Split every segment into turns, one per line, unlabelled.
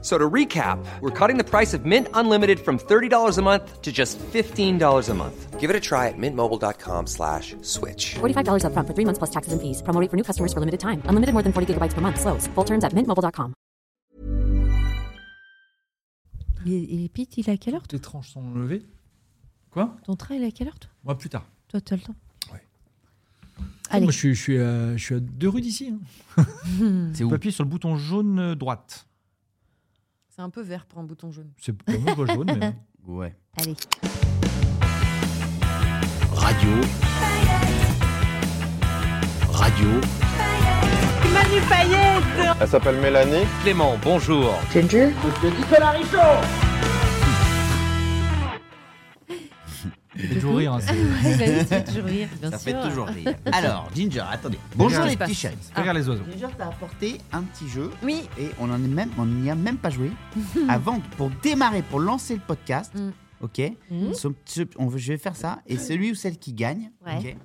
So to recap, we're cutting the price of Mint Unlimited from $30 a month to just $15 a month. Give it a try at mintmobile.com slash switch.
$45 upfront for three months plus taxes and fees. Promo rate for new customers for limited time. Unlimited more than 40 gigabytes per month. Slows. Full terms at mintmobile.com.
Et, et Pete, il est à quelle heure
Tes tranches sont levées. Quoi
Ton train, il est à quelle heure toi
Moi, plus tard.
Toi, t'as le temps
Ouais.
Allez,
Moi, je suis, je, suis, euh, je suis à deux rues d'ici. hein.
C'est
Tu
où
peux appuyer sur le bouton jaune euh, droite.
C'est un peu vert pour un bouton jaune.
C'est pour moi, je vois jaune. mais-
Ouais.
allez.
Radio. Radio.
Elle s'appelle Mélanie.
Clément, bonjour.
Et toujours rire. hein, c'est-
Ouais, vas-y, tu fais toujours rire, bien
Ça
sûr.
fait toujours rire. Alors, Ginger, attendez. Bonjour les petits chats.
Fais
Ah.
rire les oiseaux.
Ginger t'as apporté un petit jeu
Oui.
et on en est même, on n'y a même pas joué. Avant, pour démarrer, pour lancer le podcast,
Mm.
ok. ce- ce- on, je vais faire ça et celui ou celle qui gagne.
Ouais.
ok.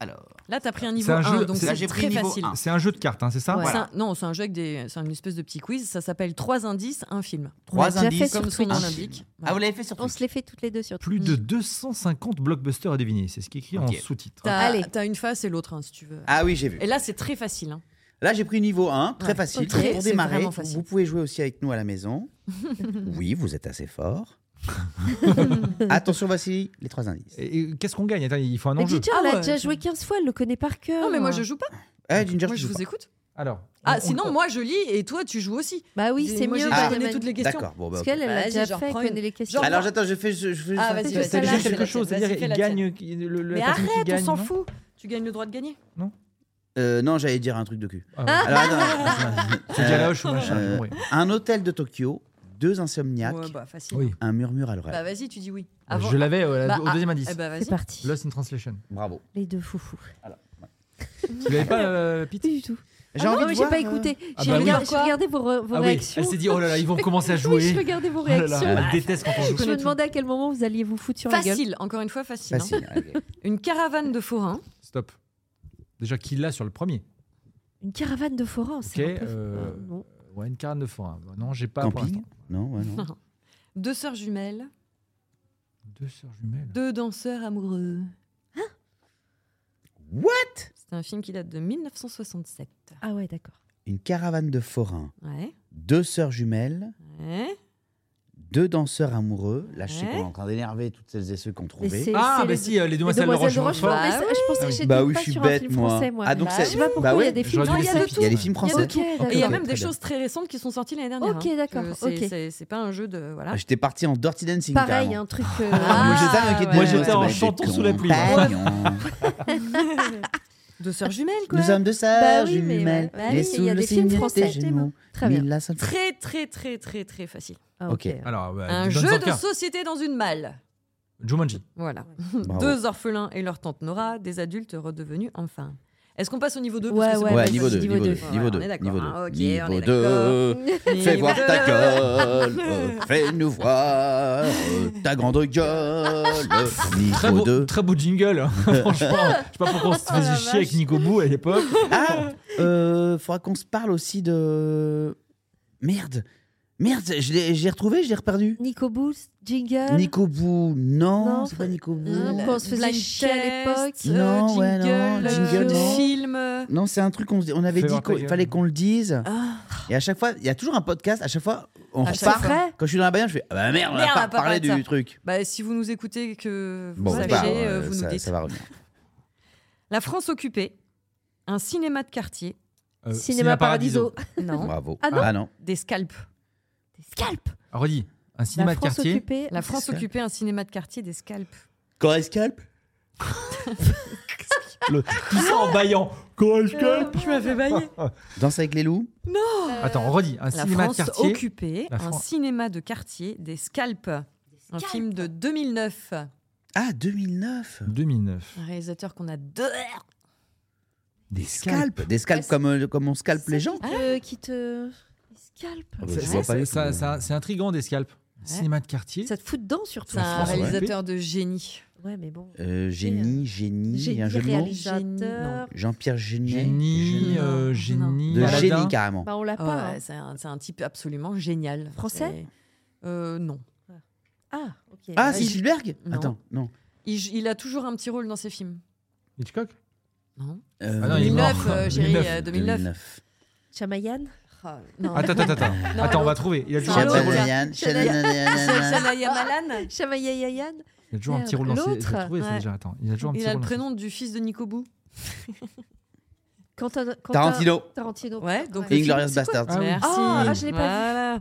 Alors,
Là, t'as pris un niveau
C'est un
1,
jeu-
donc
c'est-
Là,
c'est
j'ai
très
pris niveau
facile.
un.
C'est un jeu de cartes, hein, c'est ça
Ouais,
Voilà.
c'est un- non, c'est un jeu avec des, c'est une espèce de petit quiz. Ça s'appelle trois indices, un film.
l'a
trois
déjà fait
indices.
sur
Comme son nom
Twitch.
un
l'indique.
film. Ah, vous l'avez fait sur
On
Twitch.
se l'est fait toutes les deux sur
Plus
Mm.
de 250 blockbusters à deviner. C'est ce qui est écrit
Ok.
en sous-titre.
T'as,
Allez.
t'as une face et l'autre, hein, si tu veux.
Ah oui, j'ai vu.
Et là, c'est très facile. hein.
Là, j'ai pris niveau 1, très
Ouais.
facile.
Ok.
Pour
C'est
démarrer,
vraiment facile.
vous pouvez jouer aussi avec nous à la maison. oui, vous êtes assez fort. Attention, voici les trois indices.
Et, et qu'est-ce qu'on gagne Attends, il faut un
Mais
enjeu.
Ginger,
Ah
Bah, on l'a
ouais.
déjà joué 15 fois, elle le connaît par cœur.
Non, mais moi, je joue pas.
Eh, Ginger,
Moi, je
tu joues
vous
pas.
écoute.
Alors.
Ah,
on-
sinon,
on-
moi, je lis et toi, tu joues aussi.
Bah oui,
Moi,
c'est
j'ai
mieux.
déjà
Ah,
donné toutes les questions.
D'accord, bon, bah,
Parce
ok.
qu'elle, elle l'a
Vas-y,
déjà
genre,
fait, elle
prends
connaît
une-
les questions.
Genre-
Alors, j'attends, je fais. Je, je fais
Ah, vas-y,
je fais-
C'est
vas-y, vas-y,
déjà
fais la
quelque
tienne,
chose.
vas-y,
C'est-à-dire,
fais
il
la
gagne.
tienne.
il- le- la
Mais
personne qui
arrête, on
gagne,
s'en
non
fout. Tu gagnes le droit de gagner.
Euh, non, j'allais dire un truc de cul.
Ah, ouais.
Alors, attends.
C'est
Euh,
Dialoche ou machin.
euh,
ouais.
un hôtel de Tokyo, deux insomniaques,
Ouais, bah, facile.
Oui.
un murmure à l'oreille.
Bah, vas-y, tu dis oui.
Je l'avais euh,
Bah,
au
ah,
deuxième indice.
Eh bah, vas-y.
C'est parti.
Lost in Translation.
Bravo.
Les deux foufous.
Tu l'avais pas, euh, Pete
Plus du tout.
J'ai
Ah
envie
non,
de
mais j'ai
voir,
pas
euh,
écouté.
Ah
J'ai
bah oui.
regardé,
Pourquoi
j'ai regardé vos, re- vos
Ah oui,
réactions.
elle s'est dit, oh là là, ils vont commencer à
Oui, je
jouer.
regardais vos
Oh là là,
réactions.
elle déteste quand on
Je
joue.
me demandais à quel moment vous alliez vous foutre sur la gueule.
Facile, encore une fois, facile. hein.
Facile, ok.
Une caravane de forains.
Stop. Déjà, qui l'a sur le premier
Une caravane de forains, c'est
Ok,
un peu...
euh,
Ah, non.
Ouais, une caravane de forain. hein. Non, j'ai pas. pour
Camping
l'instant.
Non, ouais, Ah non.
Deux sœurs jumelles.
Deux sœurs jumelles.
Deux danseurs amoureux.
What
C'est un film qui date de 1967.
Ah ouais, d'accord.
Une caravane de forains,
Ouais.
deux sœurs jumelles,
ouais.
deux danseurs amoureux. Là, je sais
Ouais.
qu'on est en train d'énerver toutes celles et ceux qu'on
Mais
trouvé.
c'est-
Ah,
c'est
bah
le-
si, euh, les
Les
demoiselles de
Demoiselles de Rochefort.
Rochefort.
Bah
Mais ça, Je pensais que j'étais
Bah oui,
pas
je suis
sur un
bête,
film
moi.
français, moi.
Ah, donc
Bah
c'est-
Je sais pas pourquoi
bah
il y
ouais,
a des films
j'aurais
français. Il
dû le
y a
faire.
de
Il y a des
tout.
films
Il y a
français.
de tout.
Et il y a même
Ok, très
des
bien.
choses très récentes qui sont sorties l'année dernière.
Ok,
hein.
d'accord,
Que c'est-
ok.
C'est c'est pas un jeu de. Voilà.
Ah, J'étais parti en dirty dancing.
Pareil,
carrément.
un truc... euh,
Ah,
Moi, j'étais avec les
ouais.
Moi,
deux
j'étais en
mecs,
chantant
des
sous la pluie. hein.
compagnons.
Deux
Ah,
sœurs jumelles, quoi.
Nous sommes deux
Bah
sœurs
oui, mais
jumelles,
ouais. Bah
mais
oui, il
sous
y a
le
des films
signe de
français,
tes
c'est
genoux.
bon. Très bien.
mille la seule-
Très, très, très, très, très facile.
Ah, ok.
Ok.
Alors, bah,
Un
donne-en
jeu de
qu'un.
société dans une malle.
Jumanji.
Voilà.
Bravo.
Deux orphelins et leur tante Nora, des adultes redevenus enfin. Est-ce qu'on passe au niveau 2
Ouais, ouais,
Ouais,
vas-y,
niveau 2,
niveau
niveau 2,
deux.
niveau
Ouais,
2,
on est d'accord,
niveau 2.
hein, ok, on
niveau
est d'accord.
2, fais voir ta gueule, euh, fais-nous voir euh, ta grande gueule,
Très beau,
niveau 2.
très beau jingle. hein. Franchement, je sais pas pourquoi on se
Ah,
faisait chier avec Nico Bou à l'époque.
Ah, euh, faudra qu'on se parle aussi de... Merde, merde, je l'ai je l'ai retrouvé, je l'ai reperdu.
Nico Boost, Jingle...
Nico Bou, non,
Non,
c'est pas
faut-
Nico Bou.
Non,
La-
qu'on se faisait
blind
chier à
test,
l'époque.
euh,
Non, ouais, non,
jingle,
Oh, jingle,
euh,
non.
film. euh,
Non, c'est un truc qu'on se- on avait
Fais
dit
voir ta
qu'il
gueule.
fallait qu'on le dise.
Ah.
Et à chaque fois, il y a toujours un podcast, à chaque fois, on
À chaque
repart.
fois.
Vrai
Quand je suis dans la bagnole, je fais ah bah merde, on
Merde,
a pas parlé
de ça.
du truc.
Bah, si vous nous écoutez et que vous
c'est
savez,
pas grave,
euh, vous
ça,
nous dites.
ça va revenir.
La France occupée, un cinéma de quartier,
Euh,
Cinéma Paradiso.
non,
Bravo.
Ah non.
non.
des scalps.
Des scalps
Redis. Un
La
cinéma de
France
quartier.
occupée...
La France
scalps.
occupée, un cinéma de quartier, des scalps.
Quand elle scalpe
Le- Tout ça en baillant.
Euh,
Coruscant.
Tu m'as fait bailler.
Danse avec les loups
Attends, redis. Un
La
cinéma
France
de quartier.
occupée,
La
un
Fran-
cinéma de quartier, des scalps. Un film de 2009, un
Ah, 2009
2009.
réalisateur qu'on adore.
Des scalps Des scalps comme, euh, comme on scalpe les gens
Qui te- euh, qui te. Des scalps.
Ah bah,
C'est-
je vois pas
c'est-
les
ça-
coups.
ça- C'est intriguant des scalps. Cinéma de quartier.
Ça te fout dedans surtout. hein,
C'est un
France, ouais.
réalisateur de génie.
Ouais, mais bon.
Ah, Euh, génie, génie,
J'ai
un jeu de mots.
réalisateur.
Jean-Pierre Génier.
Génie,
Génier.
euh,
Non,
génie.
De
Aladdin.
génie, carrément.
Bah, on l'a
Ouais,
pas. hein.
c'est un, c'est un type absolument génial.
Français
C'est- Euh, Non.
Ah, ok.
Ah,
Ouais,
c'est Spielberg
bah, Non.
Attends, non.
Il, j- il a toujours un petit rôle dans ses films.
Hitchcock
Non.
Euh,
Ah non, il est mort.
2009, euh, chérie,
2009.
euh, 2009.
Chamayan
Ah, non.
Attends, attends, attends. Attends, on va trouver. Il a toujours un
L'autre,
petit rôle.
Shabalayan,
Chanel.
Shalalalalala.
Shania Malan
Chamayayan
Il a toujours un petit rôle dans ses.
L'autre,
je l'ai trouvé, ça,
ouais.
déjà, attends. Il a toujours un petit
Il a le
rôle. dans ses-
prénom du fils de Nicobou.
Quentin, Quentin-
Tarantino.
Tarantino.
Ouais, donc
Et
le
Inglorious
film, c'est quoi
Bastard.
Ah oui.
Merci.
Ah, ah, je l'ai pas vu.
Voilà.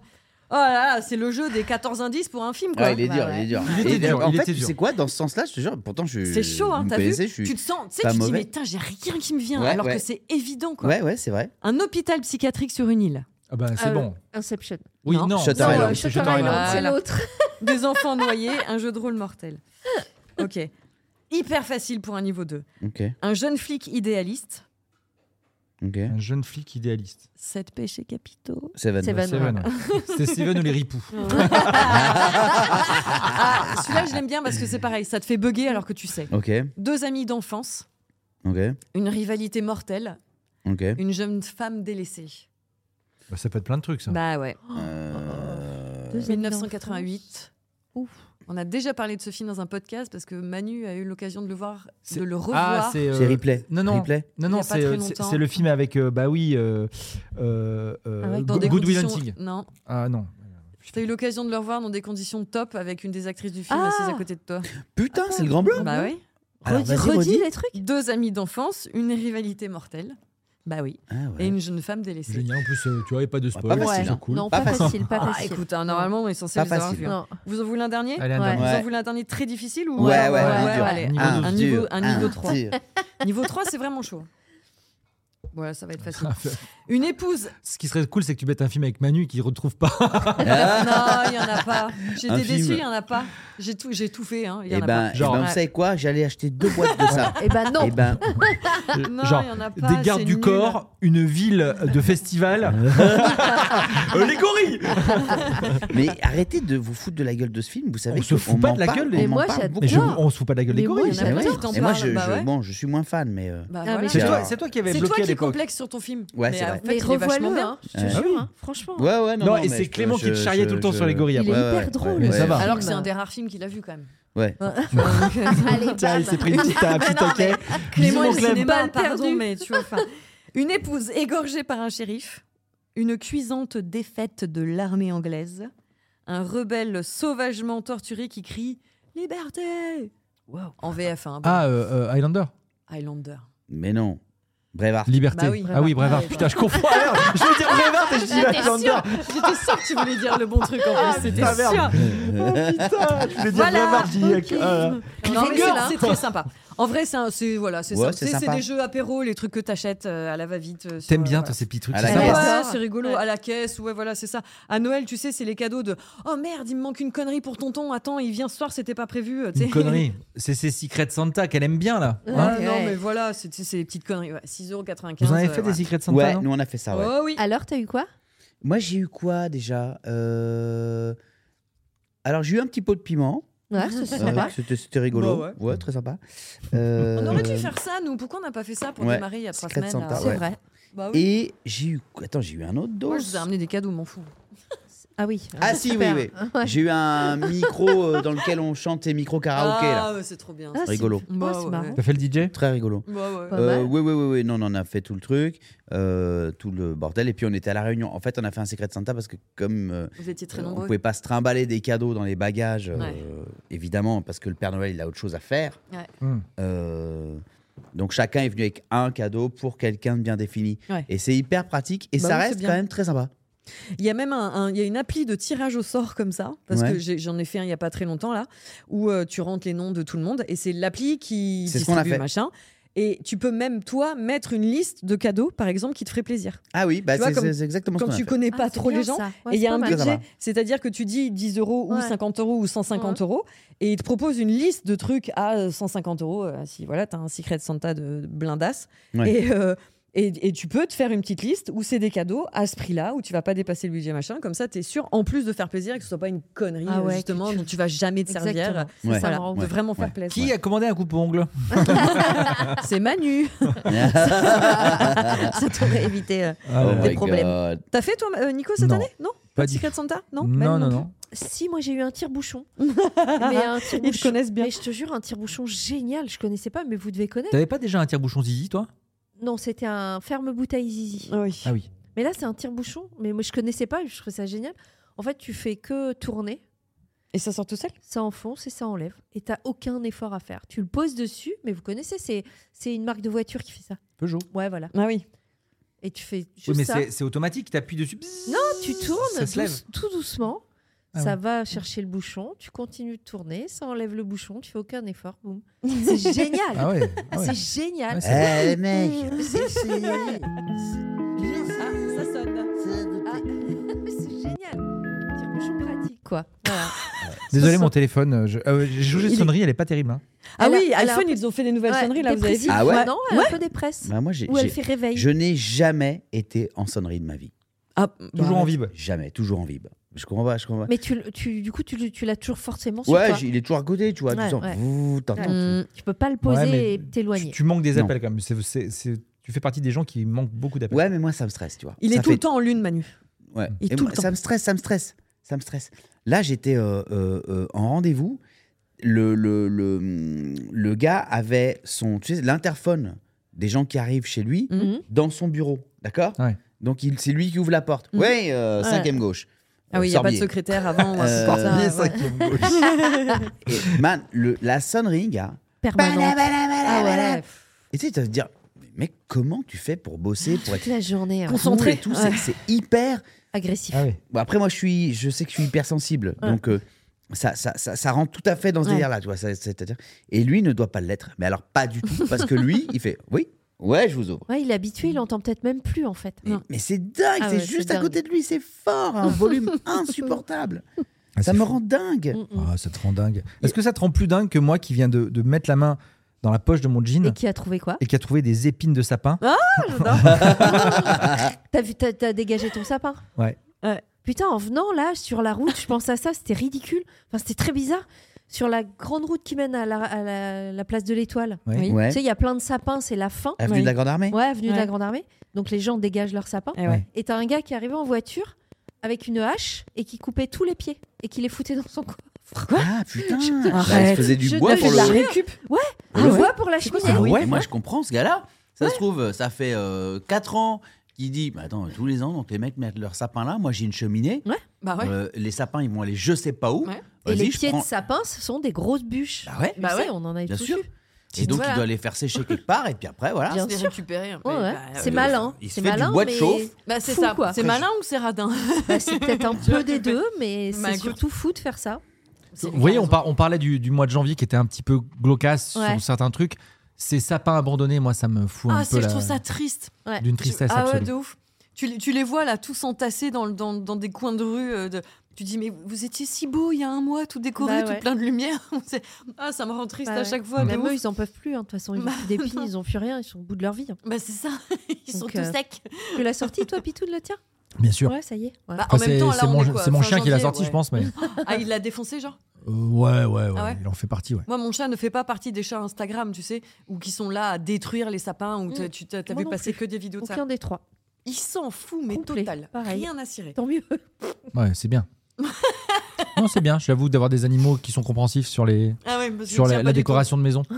Oh là là, c'est le jeu des 14 indices pour un film, quoi.
Ouais, Ah, il est dur,
Bah ouais.
il est dur.
Il était
Et,
dur,
En
il
fait,
était
tu
dur.
sais quoi, dans ce sens-là, je te jure, pourtant, je.
C'est chaud, hein,
vous me
t'as vu
connaissez, je suis-
Tu te sens, tu sais,
pas
tu te dis,
mauvais.
mais putain, j'ai rien qui me vient,
Ouais,
alors
ouais.
que c'est évident, quoi.
Ouais, ouais, c'est vrai.
Un hôpital psychiatrique sur une île.
Ah bah, c'est
Euh,
bon.
Inception.
Oui,
non.
non.
Shutter
c'est- c'est
Island.
Shutter
Shutter
Island,
Island.
c'est
Voilà.
l'autre.
Des enfants noyés, un jeu de rôle mortel. Ok. Hyper facile pour un niveau 2.
Ok,
Un jeune flic idéaliste,
ok.
Un jeune flic idéaliste. Bah,
7 péchés capitaux.
Seven.
Seven. Ben
Seven. C'était Steven ou les ripoux.
Ah, celui-là, je l'aime bien parce que c'est pareil, ça te fait bugger alors que tu sais.
Ok,
Deux amis d'enfance,
ok,
une rivalité mortelle,
ok.
une jeune femme délaissée.
Bah, ça peut être plein de trucs, ça.
Bah ouais.
Euh,
Deux amis
1988.
Ouf.
On a déjà parlé de ce film dans un podcast parce que Manu a eu l'occasion de le voir,
C'est-
de le
Ah,
revoir.
c'est. euh,
C'est replay.
Non, non.
Replay.
Non,
Il y
non,
a pas
c'est
très
euh, c'est-
longtemps. Ah
c'est le film avec. euh, bah oui. euh, euh, euh,
Avec-
dans
Go-
des
Good Will
conditions...
Hunting.
Non,
Ah non.
t'as eu l'occasion de le revoir dans des conditions top avec une des actrices du film
Ah
assise à côté de toi.
Putain, c'est le grand bleu
Bah oui.
Alors,
Redis,
vas-y,
redis
redis.
les trucs.
Deux amis d'enfance, une rivalité mortelle. Bah oui.
Ah
Et
ouais.
une jeune femme délaissée.
Génial. En plus, euh, tu vois, il y a pas de
Ah,
spoil.
pas facile,
c'est
hein.
cool.
Non,
Pas
pas, facile, pas
Ah,
facile.
écoute, hein, normalement, on est censé
Pas
les avoir
facile.
vus. hein.
Non.
Vous en voulez un dernier
Allez, un
Ouais.
dernier.
Vous en
Ouais.
voulez un dernier très difficile ou euh,
Ouais, ouais,
ouais,
dur.
allez.
Niveau
Un
deux.
un niveau,
dur,
un niveau
un
3.
dur.
Niveau 3, c'est vraiment chaud. Voilà, ça va être facile. Une épouse.
Ce qui serait cool, c'est que tu mettes un film avec Manu qui retrouve pas.
Non, il n'y en a pas.
Ah. Un
J'étais déçue,
film.
il n'y en a pas. J'ai tout, j'ai tout fait. Hein. Il y
Eh
en a
ben, eh
Genre, euh,
ben, vous
ouais.
savez quoi J'allais acheter deux boîtes de ça.
Eh ben non.
Eh ben,
pas. Non,
euh, Genre,
il y en a pas.
des gardes
c'est
du
nul.
corps, une ville de festival. Euh, les gorilles
Ah,
mais arrêtez de vous foutre de la gueule de ce film. Vous savez
On se
que
fout pas
m'en
de la
parle,
gueule,
on
les-
m'en
Moi,
parle
j'adore.
Mais
beaucoup.
je- on se fout pas de la gueule des
Mais moi,
gorilles.
Il y en a
Eh
pas
oui.
qui t'en
Et moi,
parlent.
je,
bah
je-
ouais.
bon, je suis moins fan, mais euh,
Bah
Ah,
voilà.
mais
C'est
Genre-
toi, c'est toi qui avais
C'est
bloqué à
toi qui
l'époque.
complexe sur ton film.
Ouais,
mais
c'est
en
vrai.
fait, il
Mais
est
revois-le,
vachement bien.
hein, je te
Ouais.
jure,
Ah oui.
hein, franchement.
Ouais, ouais,
Non,
non, non,
et
mais
c'est
je-
Clément qui
je-
te charriait
je-
tout le temps
je-
sur les gorilles.
Il est
après.
Ouais,
hyper
ouais,
drôle.
ouais,
Mais ça
ouais.
va.
Alors que c'est un des rares films qu'il a vu quand même.
Ah. Ouais.
Allez,
Tiens,
bam.
il s'est pris une petite, un petit taquet. Bisous, mon
Clément et le
Clem.
cinéma,
Balle
pardon,
perdue.
mais tu vois. enfin, Une épouse égorgée par un shérif, une cuisante défaite de l'armée anglaise, un rebelle sauvagement torturé qui crie Liberté En VF, hein, bon,
Ah, euh, euh, Highlander
Highlander.
Mais non. Brevard.
Liberté.
Bah oui.
ah oui, Brevard.
Ouais,
Putain, je confonds. Ah, Alors, je veux dire Brevard et je dis Highlander.
J'étais sûre que tu voulais dire le bon truc en plus, c'était
putain, merde.
sûr.
Oh putain, je voulais dire
Voilà,
Brevard. je dis,
ok.
euh,
Non, mais
Cliffhanger,
c'est- c'est très sympa. En vrai, c'est un- c'est voilà, c'est
Ouais,
simple.
c'est
C'est- c'est
sympa.
des jeux apéro, les trucs que t'achètes euh, à la va-vite. euh, sur,
T'aimes
euh,
bien,
voilà.
toi, ces petits trucs.
À
c'est
la
sympa.
caisse.
Ouais,
D'accord.
c'est rigolo.
Ouais.
À la caisse, ouais, voilà, c'est ça. À Noël, tu sais, c'est les cadeaux de Oh merde, il me manque une connerie pour tonton. Attends, il vient ce soir, c'était pas prévu. tu sais.
Une connerie. C'est ces Secret Santa qu'elle aime bien, là. Hein
Ouais, Non,
Ouais.
mais voilà, c'est c'est- c'est des petites conneries. Ouais, 6,95€.
Vous en avez
euh,
fait des
voilà.
Secret Santa
Ouais,
non
nous on a fait ça, ouais.
Oh oui.
Alors, t'as eu quoi
Moi j'ai eu quoi déjà Euh, Alors j'ai eu un petit pot de piment.
Ouais, c'est
Euh,
sympa.
C'était c'était rigolo.
Bah
ouais. très sympa. Euh,
On aurait dû faire ça, nous. Pourquoi on n'a pas fait ça pour
ouais,
démarrer il y a trois
Secret
semaines
Santa,
là
Ah, ouais.
vrai.
Bah oui.
Et j'ai eu. Attends, j'ai eu un autre
Moi, je
dose.
vous ai ramené des cadeaux, m'en fous.
Ah oui.
Ah si, oui,
Super.
oui.
Ouais.
J'ai eu un micro euh, dans lequel on chantait micro karaoké. là.
ah, ouais, c'est trop bien.
Ah, c'est-
Rigolo.
Bah,
Ouais, c'est
ouais.
marrant.
T'as fait le DJ
Très rigolo.
Bah, ouais.
Pas
Euh,
mal.
oui, oui, oui, oui, non, non, on a fait tout le truc, euh, tout le bordel, et puis on était à la réunion. En fait, on a fait un secret de Santa parce que comme euh,
Vous étiez très
Euh, On
nombreux.
pouvait pas se trimballer des cadeaux dans les bagages, euh,
Ouais.
évidemment, parce que le Père Noël, il a autre chose à faire.
Ouais.
Mm.
Euh, donc chacun est venu avec un cadeau pour quelqu'un de bien défini.
Ouais.
Et c'est hyper pratique et
Bah
ça
oui, c'est
reste
bien.
quand même très sympa.
Il y a même un, un- il y a une appli de tirage au sort comme ça, parce
Ouais.
que j'ai- j'en ai fait un il y a pas très longtemps là, où euh, tu rentres les noms de tout le monde et c'est l'appli qui
C'est ce qu'on a
distribue
fait.
machin. Et tu peux même, toi, mettre une liste de cadeaux, par exemple, qui te ferait plaisir.
Ah oui, bah
Tu vois,
c'est
comme-
c'est exactement
Quand
ce qu'on
tu
a fait.
connais
Ah,
pas
c'est
trop
bien,
les gens,
ça. Ouais,
et il y
c'est
a
pas
un
mal.
Ça
budget,
va.
c'est-à-dire que tu dis 10 euros ou
Ouais.
50 euros ou 150 euros, et il te propose une liste de trucs à euh, 150 euros, euh, si voilà, t'as un secret de Santa de de blindasse.
Ouais.
Et, euh, et, et tu peux te faire une petite liste où c'est des cadeaux à ce prix-là, où tu vas pas dépasser le budget machin, comme ça t'es sûr, en plus de faire plaisir, et que ce soit pas une connerie,
Ah
euh,
ouais, que
justement,
tu-
dont tu vas jamais te servir.
Exactement. C'est
Ouais.
ça
Voilà,
me rend
de
Ouais.
vraiment faire
Ouais.
plaisir.
Qui a commandé un coupe-ongle
C'est Manu Ça t'aurait évité. euh.
Ah,
Oh
Des
my
problèmes.
God.
T'as fait toi euh, Nico cette
Non.
année Non
Pas
Pas de
du
Secret Santa Non Manu
Non, non,
plus
non.
Si, moi j'ai eu un tire-bouchon. mais un tire-bouchon.
connaissent bien.
Mais je te jure, un tire-bouchon génial. Je connaissais pas, mais vous devez connaître.
T'avais pas déjà un tire-bouchon Zizi, toi
Non, c'était un ferme-bouteille zizi.
Ah oui.
Ah oui.
Mais là, c'est un tire-bouchon. Mais moi, je connaissais pas. Je trouvais ça génial. En fait, tu fais que tourner.
Et ça sort tout seul
Ça enfonce et ça enlève. Et t'as aucun effort à faire. Tu le poses dessus, mais vous connaissez, c'est, c'est une marque de voiture qui fait ça.
Peugeot.
Ouais, voilà.
Ah oui.
Et tu fais juste
Oui, mais
ça.
c'est c'est automatique, t'appuies dessus. bzzz,
Non, tu tournes
Ça se lève.
douce- tout doucement.
Ah
ça va chercher le bouchon. Tu continues de tourner. Ça enlève le bouchon. Tu fais aucun effort. Boum. C'est génial.
Ah ouais. ah ouais.
C'est génial.
Ouais, c'est-
Eh les mecs c'est-
Ah, ça sonne.
Ah, c'est génial. Tire-bouchon pratique, quoi. Voilà.
Désolé,
Ça-
mon téléphone. euh, je- euh, J'ai changé de
Il-
sonnerie, elle est pas terrible. hein.
Ah
Elle a-
oui,
elle a un
iPhone,
peu-
ils ont fait des nouvelles
Ouais,
sonneries, là, vous avez
dépressive.
vu
Ah ouais
Non, elle a un peu dépresse.
Bah, moi, j'ai-
Ou elle
j'ai-
fait réveil.
je n'ai jamais été en sonnerie de ma vie.
Ah,
Toujours
bah,
en vibe.
Jamais, toujours en vib. Je comprends pas, je comprends pas.
Mais tu, le- tu- du coup, tu, le- tu l'as toujours forcément sur
Ouais,
toi.
j'ai- il est toujours à côté, tu vois.
Ouais,
tu sens,
ouais.
vous, t'entends.
Mm.
Tu peux pas le poser
Ouais, mais
et
Tu,
t'éloigner.
tu manques des
Non.
appels quand même. C'est- c'est- c'est- tu fais partie des gens qui manquent beaucoup d'appels.
Ouais, mais moi, ça me stresse, tu vois.
Il est
Ça
tout
fait-
le temps en lune, Manu.
Ouais.
Il est
Et
tout
moi,
le temps.
Ça me stresse, ça me stresse, ça me stresse. Là, j'étais euh, euh, euh, en rendez-vous. Le, le, le, le gars avait son, tu sais, l'interphone des gens qui arrivent chez lui
Mhm.
dans son bureau, d'accord
Ouais.
Donc il, c'est lui qui ouvre la porte.
Mhm.
Ouais, euh,
Ouais.
cinquième gauche.
Ah
Euh,
oui, il n'y a pas de
Sorbier.
secrétaire avant. ouais,
Euh,
comme ça,
Sorbier,
ouais.
Et, man, le- la sonnerie, gars.
Bah,
Permanent. Ah ouais,
Et tu sais, tu vas te dire, mais mec, comment tu fais pour bosser, pour
toute
être
la journée. hein.
cool
Concentré.
et tout C'est c'est hyper
Agressif.
Ah ouais.
Bon, après, moi, je, suis, je sais que je suis hypersensible.
Ouais.
Donc, euh, ça, ça, ça, ça rentre tout à fait dans ce
Ouais.
délire-là. Tu vois, ça- c'est-à-dire- Et lui ne doit pas l'être. Mais alors, pas du tout. Parce que lui, il fait Oui, ouais, je vous ouvre.
Ouais, il est habitué, il entend peut-être même plus en fait.
Mais, mais c'est dingue,
Ah
c'est
ouais,
juste
c'est
à côté de lui, c'est fort, un volume insupportable. ça me rend dingue.
Mm, mm.
Ah, ça te rend dingue. Est-ce que ça te rend plus dingue que moi qui viens de, de mettre la main dans la poche de mon jean
Hmm.
Et qui a trouvé quoi
et qui a trouvé des épines de sapin
T'as vu, t'as, t'as dégagé ton sapin
Ouais.
Ouais.
Putain, en venant là sur la route, je pensais à ça, c'était ridicule. Enfin, c'était très bizarre. Sur la grande route qui mène à la, à la- la place de l'Étoile.
Ouais.
Oui.
Ouais.
Tu sais, il y a plein de sapins, c'est la fin.
Avenue
Oui.
de la Grande Armée
Ouais, avenue de la
Ouais.
Grande Armée. Donc les gens dégagent leurs sapins.
Eh ouais.
Ouais.
Et t'as un gars qui est arrivé en voiture avec une hache et qui coupait tous les pieds et qui les foutait dans son coffre.
Ah putain
Je-
Bah, Il
Arrête.
faisait
Je
du bois
ne
pour
fais
le.
La
jamais.
récup.
Le
Ah ouais.
bois pour la
C'est quoi
cheminée.
ça
Oui,
Ouais.
mais moi, je comprends ce gars-là. Ça se trouve, ça fait 4 ans qu'il dit bah, Attends, tous les ans, donc les mecs mettent leur sapin là. Moi, j'ai une cheminée.
Bah ouais.
Euh, les sapins, ils vont aller je sais pas où.
Ouais.
Et
Vas-y,
les
je
pieds
prends-
de sapin, ce sont des grosses bûches.
Bah ouais,
Tu
Bah
sais,
ouais.
on en a
bien
tous
sûr.
eu.
Et donc,
Voilà.
il doit les faire sécher quelque part, et puis après,
Ah,
voilà.
Bien sûr.
récupérer.
Ouais, ouais. c'est
euh,
malin.
il se
c'est
fait du
malin,
bois de
mais-
chauffe.
Bah c'est
Fou,
ça.
quoi.
C'est
Après,
malin ou c'est radin
Bah, c'est peut-être un peu des deux, mais
Bah,
c'est
écoute.
surtout fou de faire ça.
Vous voyez, on, par- on parlait du, du mois de janvier qui était un petit peu glaucasse
Ouais.
sur certains trucs. Ces sapins abandonnés, moi, ça me fout un
Ah
peu
si, je
la-
trouve ça triste.
Ouais.
d'une tristesse
ah ouais,
absolue.
de ouf. Tu, les- tu les vois là tous entassés dans, le- dans, dans des coins de rue. euh, de- Tu dis mais vous étiez si beau il y a un mois, tout décoré,
Bah
tout
ouais.
plein de lumière. C'est- ah ça me rend triste
Bah
à
ouais.
chaque fois. de
Même
ouf.
eux, ils en peuvent plus. hein. De toute façon, ils ont
Bah,
plus d'épines, ils ont plus rien, ils sont au bout de leur vie. hein.
Bah c'est ça, ils sont
Donc,
tous
euh,
secs.
Tu l'as sorti, toi, Pitou, de le tien
Bien sûr.
Ouais, ça y est. Ouais.
Bah, en
Enfin,
même
c'est
temps, là,
c'est
on
mon,
est quoi,
c'est mon
fin
chien qui l'a
janvier,
sorti,
ouais.
je pense. Mais...
Ah, il l'a défoncé, genre
Euh, ouais, ouais, ouais,
Ah ouais
Il en fait partie, ouais.
Moi, mon chat ne fait pas partie des chats Instagram, tu sais, ou qui sont là à détruire les sapins, ou t'as-
Mm.
tu t'as t'as
Moi
vu
non
passer
plus.
que des vidéos de ça.
Aucun des trois.
Il s'en fout, mais
Complet,
total.
pareil.
Rien à cirer.
Tant mieux.
Ouais, c'est bien. non, c'est bien. J'avoue d'avoir des animaux qui sont compréhensifs sur les
Ah ouais, parce que
sur
le
la,
tien,
la
pas du Ah,
décoration de maison et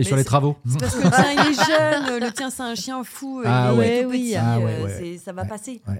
Mais
sur les
c'est-
travaux.
tout. Parce que le tien, il est jeune, le tien, c'est un chien fou.
Ah
il
ouais.
est tout
Ouais, oui.
petit,
Ah
euh,
ouais, ouais.
c'est- ça va
Ouais.
passer.
Ah,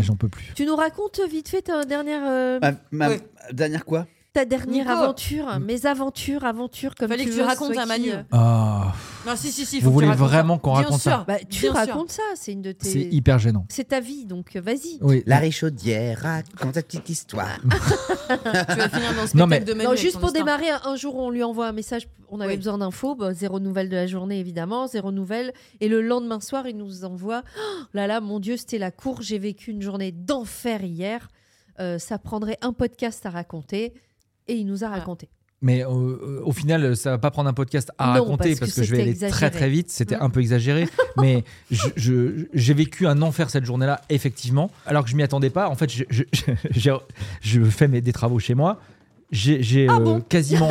J'en peux plus.
Tu nous racontes euh, vite fait ta dernière. euh,
Ma, ma-
Ouais.
Dernière quoi
ta dernière
Bah, Nico.
aventure, hein, mes aventures, aventures comme
Fallait
tu
que tu
veux,
racontes
soit
à
qui,
Manu.
euh,
Ah,
Non, si, si, si.
Vous voulez vraiment qu'on raconte ça
Bah, tu racontes ça, c'est une de tes.
c'est hyper gênant.
C'est ta vie, donc euh, vas-y.
Oui.
La Richaudière raconte sa petite histoire.
Tu vas finir dans le
Non,
spectacle
mais-
de Manu
Non,
avec
juste
son
pour
histoire.
démarrer, un un jour on lui envoie un message, on avait
Oui.
besoin d'infos, bah, zéro nouvelle de la journée évidemment, zéro nouvelle. Et le lendemain soir, il nous envoie Oh là là, mon Dieu, c'était la cour, j'ai vécu une journée d'enfer hier, Euh, ça prendrait un podcast à raconter. Et il nous a raconté.
Mais euh, euh, au final, ça va pas prendre un podcast à
Non,
raconter
parce
parce,
que
que, je vais
c'était
aller
exagéré.
très très vite. C'était
Mm.
un peu exagéré, mais je- je- j'ai vécu un enfer cette journée-là, effectivement. Alors que je m'y attendais pas. En fait, je, je, j'ai- je fais mes, des travaux chez moi. J'ai j'ai, euh, quasiment.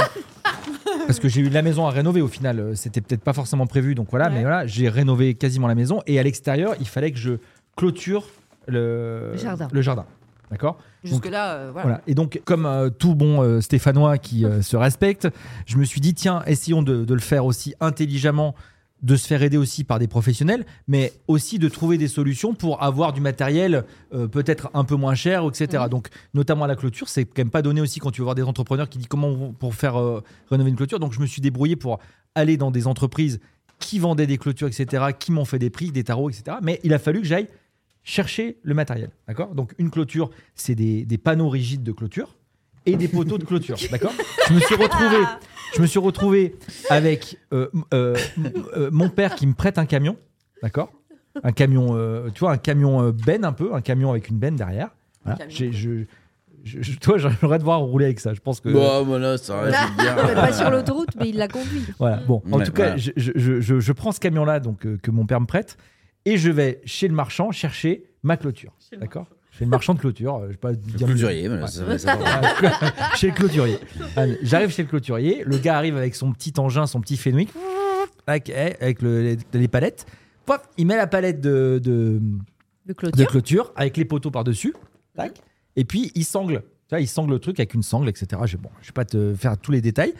Parce que j'ai eu la maison à rénover au final, Euh, c'était peut-être pas forcément prévu, donc voilà,
Ouais.
mais voilà, j'ai rénové quasiment la maison et à l'extérieur, il fallait que je clôture le,
Le jardin.
Le jardin. D'accord
Jusque-là, euh, voilà.
voilà. Et donc, comme euh, tout bon euh, Stéphanois qui euh, se respecte, je me suis dit, tiens, essayons de, de le faire aussi intelligemment, de se faire aider aussi par des professionnels, mais aussi de trouver des solutions pour avoir du matériel euh, peut-être un peu moins cher, etc. Donc, notamment à la clôture, c'est quand même pas donné aussi quand tu vas voir des entrepreneurs qui disent comment on- pour faire euh, rénover une clôture. Donc, je me suis débrouillé pour aller dans des entreprises qui vendaient des clôtures, etc., qui m'ont fait des prix, des tarots, etc. Mais il a fallu que j'aille chercher le matériel, d'accord Donc, une clôture, c'est des, des panneaux rigides de clôture et des poteaux de clôture, d'accord Je me suis retrouvé, je me suis retrouvé avec euh, m- euh, m- euh, mon père qui me prête un camion, d'accord Un camion, euh, tu vois, un camion euh, benne un peu, un camion avec une benne derrière. Voilà.
Camion.
J'ai- Je, je, je- toi, j'aimerais devoir rouler avec ça. Je pense
Bah,
que
voilà, ça
Non, mais pas sur l'autoroute, mais il l'a conduit.
voilà. Bon, en
Ouais,
tout
voilà.
cas, je, je- je- je- je prends ce camion-là donc euh, que mon père me prête et je vais chez le marchand chercher ma clôture. D'accord Chez le marchand de clôture. euh, je vais pas
Le
dire
clôturier, voilà,
Ouais.
ça va- ça va.
Ah, chez le clôturier. Allez, J'arrive chez le clôturier. Le gars arrive avec son petit engin, son petit Fenwick, avec, avec le- les, les palettes. Pof, il met la palette de- de
Le
de
clôture.
clôture avec les poteaux par-dessus. Tac. Et puis, il sangle. Tu vois, il sangle le truc avec une sangle, etc. Je, bon, je vais pas te faire tous les détails.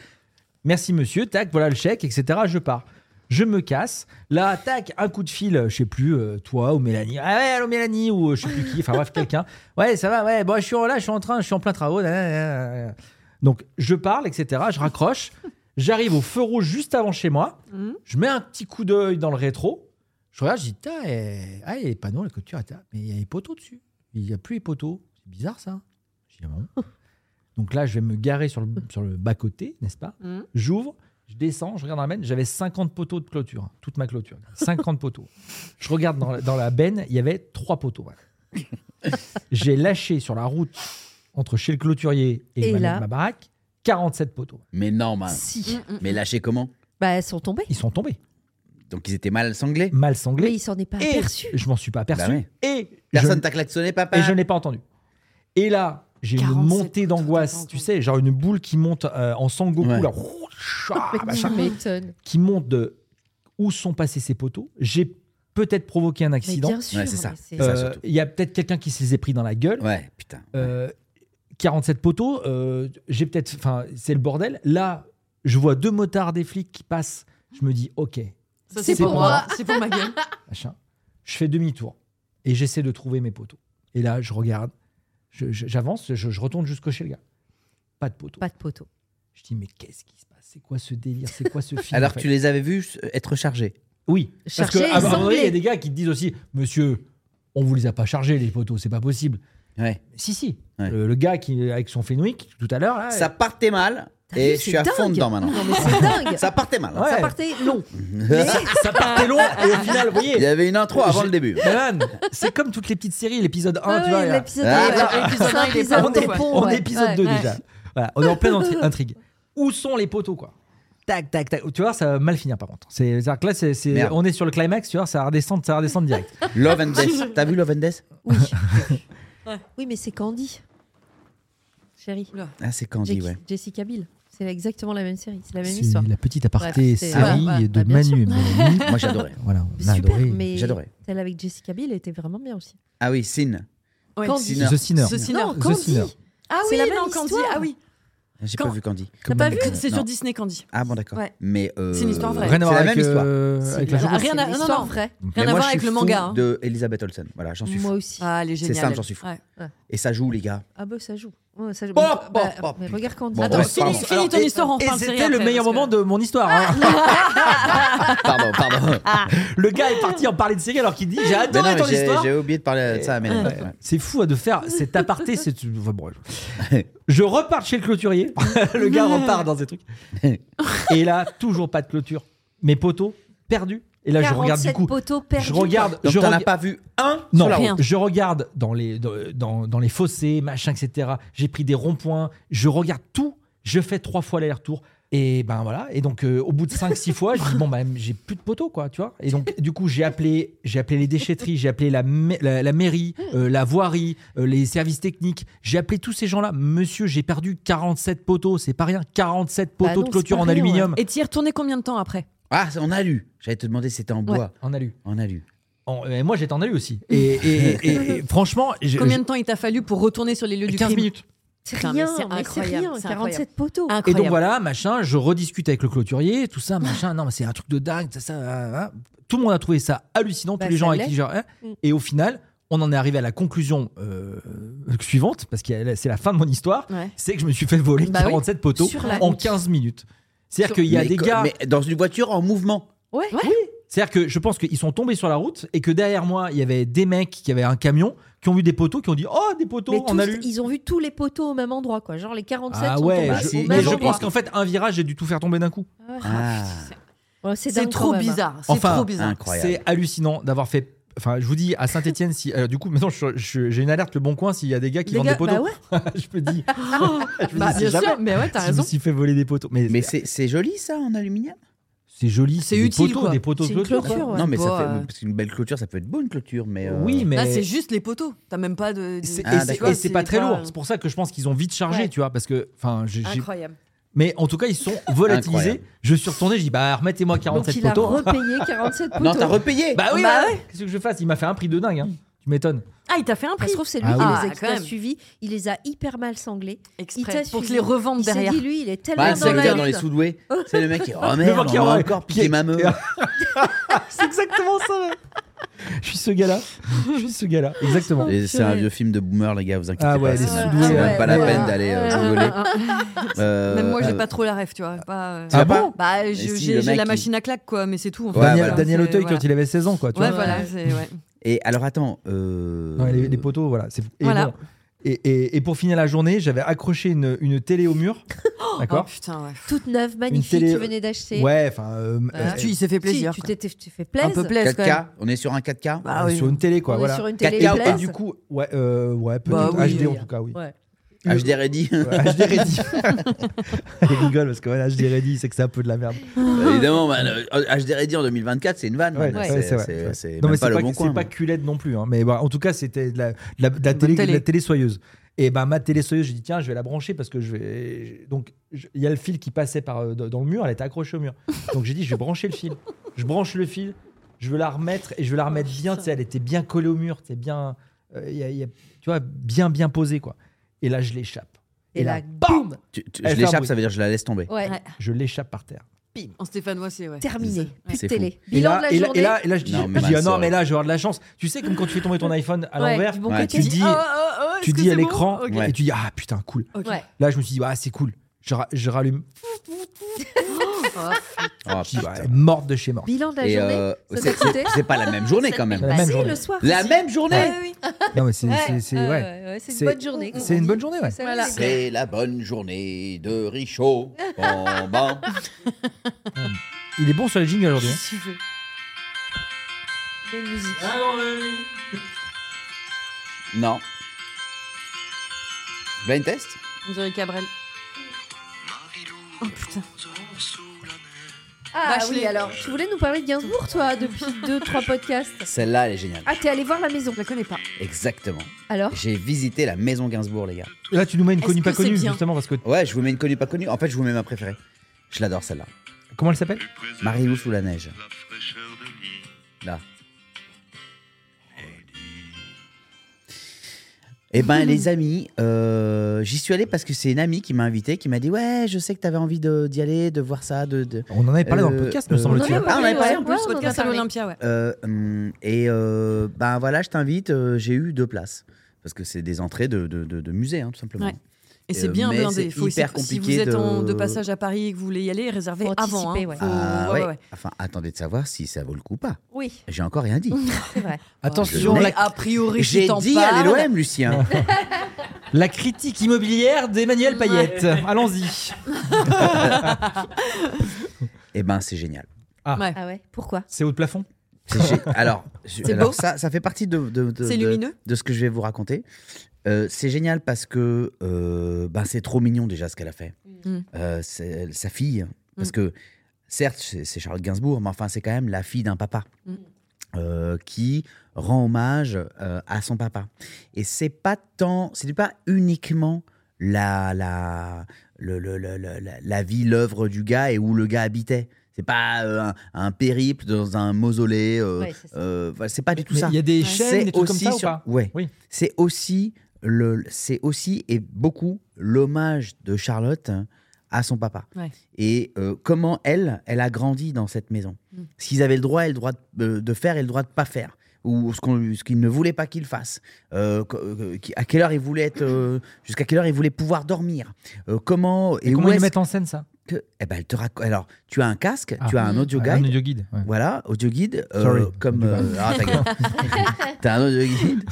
Merci, monsieur. Tac, voilà le chèque, etc. Je pars. Je me casse. Là, tac, un coup de fil, je sais plus, euh, toi ou Mélanie. Ah ouais, allô Mélanie, ou euh, je sais plus qui, enfin bref, quelqu'un. Ouais, ça va, ouais, bon, je suis en- là, je suis en train, je suis en plein travaux. nanana. Donc, je parle, etc. Je raccroche. J'arrive au feu rouge juste avant chez moi.
Mhm.
Je mets un petit coup d'œil dans le rétro. Je regarde, je dis, Tain, elle- ah, il y a les panneaux, la clôture, attends, mais il y a les poteaux dessus. Il n'y a plus les poteaux. C'est bizarre ça. Je dis, Ah bon Donc là, je vais me garer sur le, sur le bas-côté, n'est-ce pas
Mhm.
J'ouvre, je descends, je regarde dans la benne, j'avais 50 poteaux de clôture, hein, toute ma clôture. 50 poteaux. Je regarde dans la, dans la benne, il y avait trois poteaux. ouais. J'ai lâché sur la route entre chez le clôturier et,
Et
ma,
là
ma baraque 47 poteaux.
Mais normal.
Si.
Mm, mm.
Mais lâché comment
Bah, elles sont tombées.
Ils sont tombés,
Donc ils étaient mal sanglés
mal
Mais
sanglés.
il s'en est pas
Et
aperçu.
je m'en suis pas aperçu.
Bah ouais.
Et je-
Personne t'a klaxonné, papa
Et je n'ai pas entendu. Et là, j'ai une
47
montée
coups,
d'angoisse,
t'as
tu
entendu.
sais, genre une boule qui monte euh, en Sangoku,
Ouais.
là, rouh, chouah,
Mais tu
machin,
m'étonnes.
qui monte de où sont passés ces poteaux. J'ai peut-être provoqué un
Mais
accident.
bien sûr.
Ouais, c'est ça.
mais c'est-
Euh,
Euh,
surtout.
Il y a peut-être quelqu'un qui se les est pris dans la gueule.
Ouais, putain.
Euh, 47 poteaux, euh, j'ai peut-être, enfin, c'est le bordel. Là, je vois deux motards, des flics qui passent. Je me dis, ok,
Ça,
C'est pour moi.
C'est pour ma gueule.
machin. Je fais demi-tour et j'essaie de trouver mes poteaux. Et là, je regarde, je- je- j'avance, je, je retourne jusqu'au chez le gars. Pas de poteaux.
Pas de poteau.
Je dis, mais qu'est-ce qui se passe C'est quoi ce délire C'est quoi ce film
Alors
en fait
tu les avais vus euh, être chargés
Oui, parce que
Chargés et
à un moment donné, il y
sanglés.
a des gars qui te disent aussi, monsieur, on vous les a pas chargés, les poteaux, c'est pas possible.
Ouais.
Si, si.
Ouais.
Le, le gars qui avec son Fenwick tout à l'heure, là,
Ça partait mal
T'as vu,
et je
c'est
suis à fond
dingue.
dedans maintenant.
Non, mais c'est dingue.
Ça partait mal. hein.
Ouais.
Ça partait long.
ça, ça partait loin et au final, vous
Il y
voyez.
avait une intro avant
J'ai-
le début.
Alan, c'est comme toutes les petites séries, l'épisode 1,
Ah
tu
oui,
vois. il y a-
l'épisode
Ah,
un,
voilà.
l'épisode un,
On est-
l'épisode
Ah, on
deux,
est,
pont,
on est
ouais.
épisode
Ouais.
2
Ouais.
déjà. Voilà, on est en pleine intri- intrigue. Où sont les poteaux, quoi Tac, tac, tac. Tu vois, ça va mal finir par contre. C'est- C'est-à-dire que là, c'est- c'est-
Merde.
on est sur le climax, tu vois, ça va redescendre, ça va redescendre direct.
Love and Death. T'as vu Love and Death
Oui. oui, mais c'est Candy. Chérie.
Ah, c'est Candy,
Jack-
ouais.
Jessica Bill. C'est exactement la même série. C'est la même
C'est
histoire.
la petite aparté
Bref, c'est-
série
ouais, ouais,
de
bah, bien
Manu. et Mélanie.
Moi, j'adorais.
voilà, on a
Super,
adoré.
mais
J'adorais.
celle avec Jessica Bill était vraiment bien aussi.
Ah oui, Sin.
Ouais.
Candy.
Sinner.
The Sinner.
The Sinner.
Non,
The
Candy.
Sinner.
Ah
C'est
oui,
la même
non, Candy.
histoire.
Ah oui.
J'ai
Quand-
pas vu Candy.
T'as pas vu
Manu.
C'est
Non.
sur Disney, Candy.
Ah bon, d'accord.
Ouais.
Mais euh,
C'est une histoire vraie.
Rien à
C'est
voir
la
avec,
même histoire.
euh,
C'est
avec la
la-
journée.
Rien à-
c'est
non,
l'histoire
non.
vraie.
Rien
Mais
à
moi,
voir
je
avec
suis
le
fou
manga. hein.
De Elisabeth Olsen. Voilà, j'en suis fou.
Moi aussi.
Ah, elle est géniale.
simple, j'en suis fou.
Ouais.
Et ça joue, les gars.
Ah bah ça joue. Ouais, ça, je-
Bon,
bah,
bon,
bah,
bon,
mais
putain.
regarde quand
Bon,
Attends,
ouais,
finis,
pardon.
finis ton
Alors, et-
histoire, on
Et
reparle série
c'était
après,
le meilleur
parce
moment
que-
de mon histoire. hein.
Pardon, pardon.
Le gars est parti en parler de série alors qu'il dit J'ai
Mais
adoré
non, mais
ton
j'ai-
histoire.
J'ai oublié de parler de ça, mais non,
Ouais.
ouais.
C'est fou hein, de faire cet aparté. c'est- enfin, bon, je- je repars chez le clôturier. le gars repart dans ses trucs. Et là, toujours pas de clôture. Mes poteaux perdus. Et là, je regarde du
47
coup.
poteaux perdus.
Je regarde.
Donc
je
t'en as
reg-
pas vu un
Non,
sur la route.
Rien.
je regarde dans les, dans, dans- dans les fossés, machin, etc. J'ai pris des ronds-points, je regarde tout, je fais trois fois l'aller-retour. Et ben voilà, et donc euh, au bout de 5-6 fois, je dis bon, ben j'ai plus de poteaux, quoi, tu vois. Et donc, du coup, j'ai appelé, j'ai appelé les déchetteries, j'ai appelé la, ma- la, la mairie, euh, la voirie, euh, les services techniques, j'ai appelé tous ces gens-là. Monsieur, j'ai perdu 47 poteaux, c'est pas rien, 47
Bah
poteaux
non,
de
c'est
clôture
pas
en
rien,
aluminium.
Et t'y es retourné combien de temps après
Ah, on a lu. J'allais te demander si c'était en bois.
En alu.
On a lu.
En- et moi, j'étais en alu aussi. Et, et- et- et- et franchement, j'ai-
Combien de temps il t'a fallu pour retourner sur les lieux du
15
crime
minutes.
C'est
Putain,
rien,
mais c'est
mais c'est
incroyable,
rien.
c'est
47 poteaux.
Et
Incroyable.
donc voilà, machin, je rediscute avec le clôturier, tout ça, machin. Non, mais c'est un truc de dingue, ça, ça. euh, hein. Tout le monde a trouvé ça hallucinant,
Bah,
tous les gens
ça
avec qui
l'est.
j'ai- hein.
Mm.
Et au final, on en est arrivé à la conclusion euh, suivante, parce que c'est la fin de mon histoire,
Ouais.
c'est que je me suis fait voler
Bah oui.
47 poteaux
Sur la
en
route.
15 minutes. C'est-à-dire qu'il y a
Mais
des
co-
gars.
Mais dans une voiture en mouvement.
Ouais.
C'est-à-dire que je pense qu'ils sont tombés sur la route et que derrière moi, il y avait des mecs qui avaient un camion qui ont vu des poteaux, qui ont dit Oh, des poteaux,
Mais
on
tous-
a lu.
ils ont vu tous les poteaux au même endroit, quoi. Genre les 47
Ah
sont
ouais,
tombés
je-
au
mais
même
je
endroit.
pense qu'en fait, un virage, j'ai dû tout faire tomber d'un coup.
Ah,
Ouais, c'est
C'est
dingue
trop
quand même, hein.
bizarre. C'est
Enfin,
trop bizarre.
incroyable.
C'est hallucinant d'avoir fait. Enfin, je vous dis, à Saint-Etienne, si. alors, du coup, maintenant, je- je- j'ai une alerte le bon coin s'il y a des gars qui
Les
vendent
gars,
des poteaux.
bah ouais.
je me dis,
Bah,
dis
bien
jamais.
sûr, mais ouais, t'as
je me
raison.
suis fait voler des poteaux. Mais,
Mais c'est c'est joli ça en aluminium
c'est joli.
C'est
des
utile,
Poteaux,
quoi.
Des poteaux
C'est
de
une
clôture.
clôture,
quoi.
ouais.
Non, mais ça
Bon,
fait.
euh,
Parce qu'une belle clôture, ça peut être beau une clôture, mais. euh,
Oui, mais.
Là, Bah, c'est juste les poteaux. T'as même pas de. de-
c'est-
Ah,
et c'est-
d'accord.
et c'est pas très lourd. C'est pour ça que je pense qu'ils ont vite chargé,
Ouais.
tu vois, parce que, enfin, j'ai- j'ai-
Incroyable.
mais en tout cas, ils sont volatilisés.
Incroyable.
je suis retourné, j'ai dit, bah remettez-moi
Donc
47
il a
poteaux.
repayé 47 poteaux.
Non, t'as repayé
Bah oui,
Bah
bah, qu'est-ce que je fasse Il m'a fait un prix de dingue. hein. Tu m'étonnes.
Ah, il t'a fait un
Ça
prix
se trouve, c'est lui
Ah
qui
oui.
Ah,
les a, qui
quand
a
même.
suivis. Il les a hyper mal sanglés.
exprès
t'a
pour te
suivi.
les revendre
Il s'est
derrière.
dit, lui, il est tellement
Bah,
dans
c'est le
la
gars dans les
lune.
sous-doués. C'est le mec qui. Oh
Le
merde,
mec qui
on
a-
a encore piqué ma
Ah,
meuf.
C'est exactement ça. ouais. Je suis ce gars-là. Je suis ce gars-là. Exactement.
Et C'est un vieux film de boomer, les gars, vous inquiétez
Ah
pas.
ouais, les
c'est
sous-doués,
c'est
ouais.
même pas la
Ouais.
peine d'aller euh,
Ouais.
rigoler. Euh,
Même moi, j'ai
euh,
pas trop la rêve, tu vois. Pas, euh,
Ah bon
bon
Bah, je-
Mais si,
j'ai
le
j'ai
mec,
la
il-
machine à claque, quoi, mais c'est tout. en fait.
Ouais,
Daniel,
voilà.
Daniel
C'est-
Auteuil
voilà.
quand il avait 16 ans, quoi. Tu
Ouais,
vois.
voilà. c'est- ouais.
Et alors, attends. euh,
Non, les, les poteaux, voilà. c'est- Et,
Voilà.
bon. et, et- et pour finir la journée, j'avais accroché une, une télé au mur.
Oh
D'accord
putain, ouais.
Toute neuve, magnifique,
télé-
tu venais d'acheter.
Ouais, enfin. euh, euh,
Tu, il s'est fait
Si,
plaisir.
tu
quoi.
t'es t'es- t'es fait
un
plaisir.
peu plaisir quand
4K
même.
On est sur un 4K
Bah oui.
Sur une télé, quoi.
On est
voilà.
sur une télé
4K,
place.
et du coup, ouais, euh, ouais, peut-être
Bah oui,
HD en
oui.
tout cas, oui.
Ouais.
HD ready
Ouais, HD Ready. Il rigole parce que ouais, HD Ready, c'est que c'est un peu de la merde.
Bah, Évidemment, man, euh, HD Ready en 2024, c'est une vanne.
Ouais,
man.
ouais, c'est
c'est
vrai, c'est vrai.
c'est- c'est
Non, mais
même
c'est
pas
pas,
le bon
c'est
coin.
pas
man.
culette non plus. hein. Mais bah, en tout cas, c'était de la, de la- de la
Bonne
télé,
télé.
de la télé soyeuse. Et ben ma télé soyeuse, j'ai dit tiens, je vais la brancher parce que je vais. Donc je- il y a le fil qui passait par euh, dans dans le mur, elle était accrochée au mur. Donc j'ai dit je vais brancher le fil. Je branche le fil, je veux la remettre et je veux la remettre
Oh,
bien. Tu sais, elle était bien collée au mur, tu sais, bien, euh, y a- y a- tu vois, bien bien posée quoi. Et là je l'échappe.
Et là,
bam,
Tu- tu-
Elle
Je
fait un
l'échappe,
bruit.
ça veut dire que je la laisse tomber.
Ouais,
Ouais.
je l'échappe par terre.
En stéphanois, c'est ouais.
terminé. Plus de
C'est
télé.
Et
Bilan
là,
de la
et, là,
journée.
et là, et là, je dis,
Non,
je
ma
dis, ah non,
sœur.
mais là, je vais avoir de la chance. Tu sais, comme quand tu fais tomber ton iPhone à
Ouais,
l'envers,
du bon
Ouais,
côté.
tu dis,
Oh, oh, oh, est-ce
tu
que
dis,
c'est
elle est
bon
cran,
Ok.
Ouais.
et tu dis, ah putain, cool.
Ok.
Ouais.
Là, je me suis dit, ah, c'est cool. Je, ra- je rallume.
Oh,
Oh,
Je dis, bah,
putain.
elle est morte de chez morte.
Bilan de la
Et,
journée.
euh,
ça
c'est-
t'a coûté
c'est c'est pas la même journée quand même.
La même
si,
journée.
le soir.
La
si.
même journée
oui, oui.
Non, mais c'est.
Ouais,
c'est- c'est-
ouais,
ouais.
ouais, ouais, C'est
C'est-
une bonne journée. comme
c'est
on
une
dit.
bonne journée, ouais.
C'est
Voilà.
vrai, les gars.
C'est la bonne journée de Richaud. Bon, bon.
Il est bon sur les jingles aujourd'hui. hein.
Qu'est-ce que tu fais
Belle musique.
Non. Blind test
On dirait Cabrel.
Ah
Oh putain.
Ah
Bachelet.
oui, alors, tu voulais nous parler de Gainsbourg, toi, depuis 2-3 podcasts.
Celle-là, elle est géniale.
Ah, t'es allé voir la maison.
Je la connais pas.
Exactement.
Alors
J'ai visité la maison Gainsbourg, les gars.
Et Là, tu nous mets une
Est-ce
connue
que
pas
c'est
connue,
bien
justement, parce que.
Ouais, je vous mets une connue, pas connue. En fait, je vous mets ma préférée. Je l'adore celle-là.
Comment elle s'appelle
Marie-Lou sous la neige. Là. Eh ben les amis, euh, j'y suis allé parce que c'est une amie qui m'a invité, qui m'a dit ouais, je sais que t'avais envie de- d'y aller, de voir ça, de, de-
On en avait parlé dans le
Euh,
podcast, me
euh,
semble-t-il.
non, non, Ah, on avait parlé en
ouais,
plus,
on en a
Podcast à
parlé.
l'Olympia, ouais.
Euh, hum, et euh, ben voilà, je t'invite. euh, j'ai eu deux places parce que c'est des entrées de, de, de- de musée, hein, tout simplement.
Ouais. Et c'est
Euh,
bien
mais
blindé.
c'est
Faut
hyper
aussi- si
compliqué
vous êtes en-
de-
de passage à Paris et que vous voulez y aller, réservez
Faut
avant.
anticiper,
hein.
ouais.
Faut-
Ah
ouais,
ouais.
ouais.
Enfin, attendez de savoir si ça vaut le coup ou pas.
Oui,
J'ai encore rien dit.
c'est vrai.
Attention,
Je
la,
Mais a priori, si
J'ai
t'en
dit à
parles-
l'OM, Lucien.
la critique immobilière d'Emmanuel Payette. Allons-y.
eh ben, c'est génial.
Ouais.
Ah ouais, pourquoi
C'est haut de plafond
C'est gé- alors, je-
C'est
alors
beau.
ça, ça fait partie de, de, de-
C'est
de-
lumineux.
de ce que je vais vous raconter. Euh, c'est génial parce que euh, ben, c'est trop mignon déjà ce qu'elle a fait.
Mm.
Euh, c'est- sa fille, parce
Mm.
que certes, c'est c'est Charlotte Gainsbourg, mais enfin, c'est quand même la fille d'un papa.
Mm.
euh, qui rend hommage euh, à son papa. Et c'est pas tant, c'est pas uniquement la la le- le- le- le- la, la vie, l'œuvre du gars et où le gars habitait. C'est pas euh, un, un périple dans un mausolée. euh,
Ouais, c'est ça.
euh, voilà, c'est pas du tout
Mais
ça.
Il y a des
Ouais.
chaînes, des
C'est
trucs comme
aussi
ça ou
sur-
pas
ouais.
Oui.
C'est aussi le, c'est aussi et beaucoup l'hommage de Charlotte hein, à son papa.
Ouais.
Et euh, comment elle, elle a grandi dans cette maison.
Mm.
Ce qu'ils avaient le droit, et le droit de, euh, de faire et le droit de pas faire. Ou ce qu'on- ce qu'ils ne voulaient pas qu'il fasse. Euh, qu- euh, qui- à quelle heure il voulait être, euh, jusqu'à quelle heure il voulait pouvoir dormir. Euh, comment et,
Et comment
où
ils
est-ce
mettent en scène ça
que- eh ben, elle te raconte. Alors, tu as un casque,
Ah.
tu as un
Mm.
audio
Ah, Un
guide.
audio guide. ouais.
Voilà, audio guide, euh,
Sorry.
comme.
Audio
euh, ah, ta gueule. T'as un audio guide.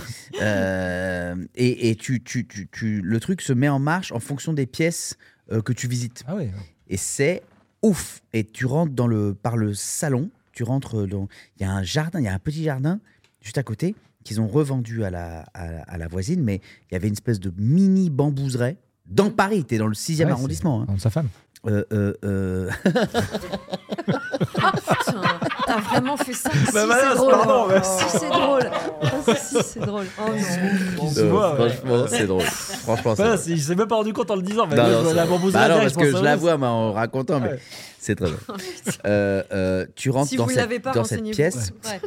euh, et et tu, tu, tu, tu- le truc se met en marche en fonction des pièces euh, que tu visites.
Ah ouais.
Et c'est ouf. Et tu rentres dans le, par le salon, tu rentres dans. Il y a un jardin, il y a un petit jardin juste à côté qu'ils ont revendu à la, à, la- à la voisine, mais il y avait une espèce de mini bambouseraie. Dans Paris, t'es dans le 6e
Ouais,
arrondissement. hein.
c'est- Sa femme.
Euh, euh, euh,
Ah, putain, T'as vraiment fait ça Ah, Si,
Bah,
c'est
voilà,
drôle.
hein.
pardon, bah,
Si,
c'est-
c'est drôle.
Ah, si, si, c'est drôle. Oh non.
Qui se
euh,
voit, ouais.
franchement, c'est drôle. Franchement, c'est
Voilà,
drôle.
c'est- il s'est même pas rendu compte en le disant. mais
Non,
moi,
non,
je vois
c'est
la
vrai.
bambouseraie,
Bah alors,
je
parce
pense
que
à
je la
vous.
vois mais en racontant, mais
Ouais.
c'est très drôle. Euh, euh, tu rentres
Oh, Si
dans
vous
cette,
l'avez pas,
dans cette
renseignez-vous.
pièce
Ouais.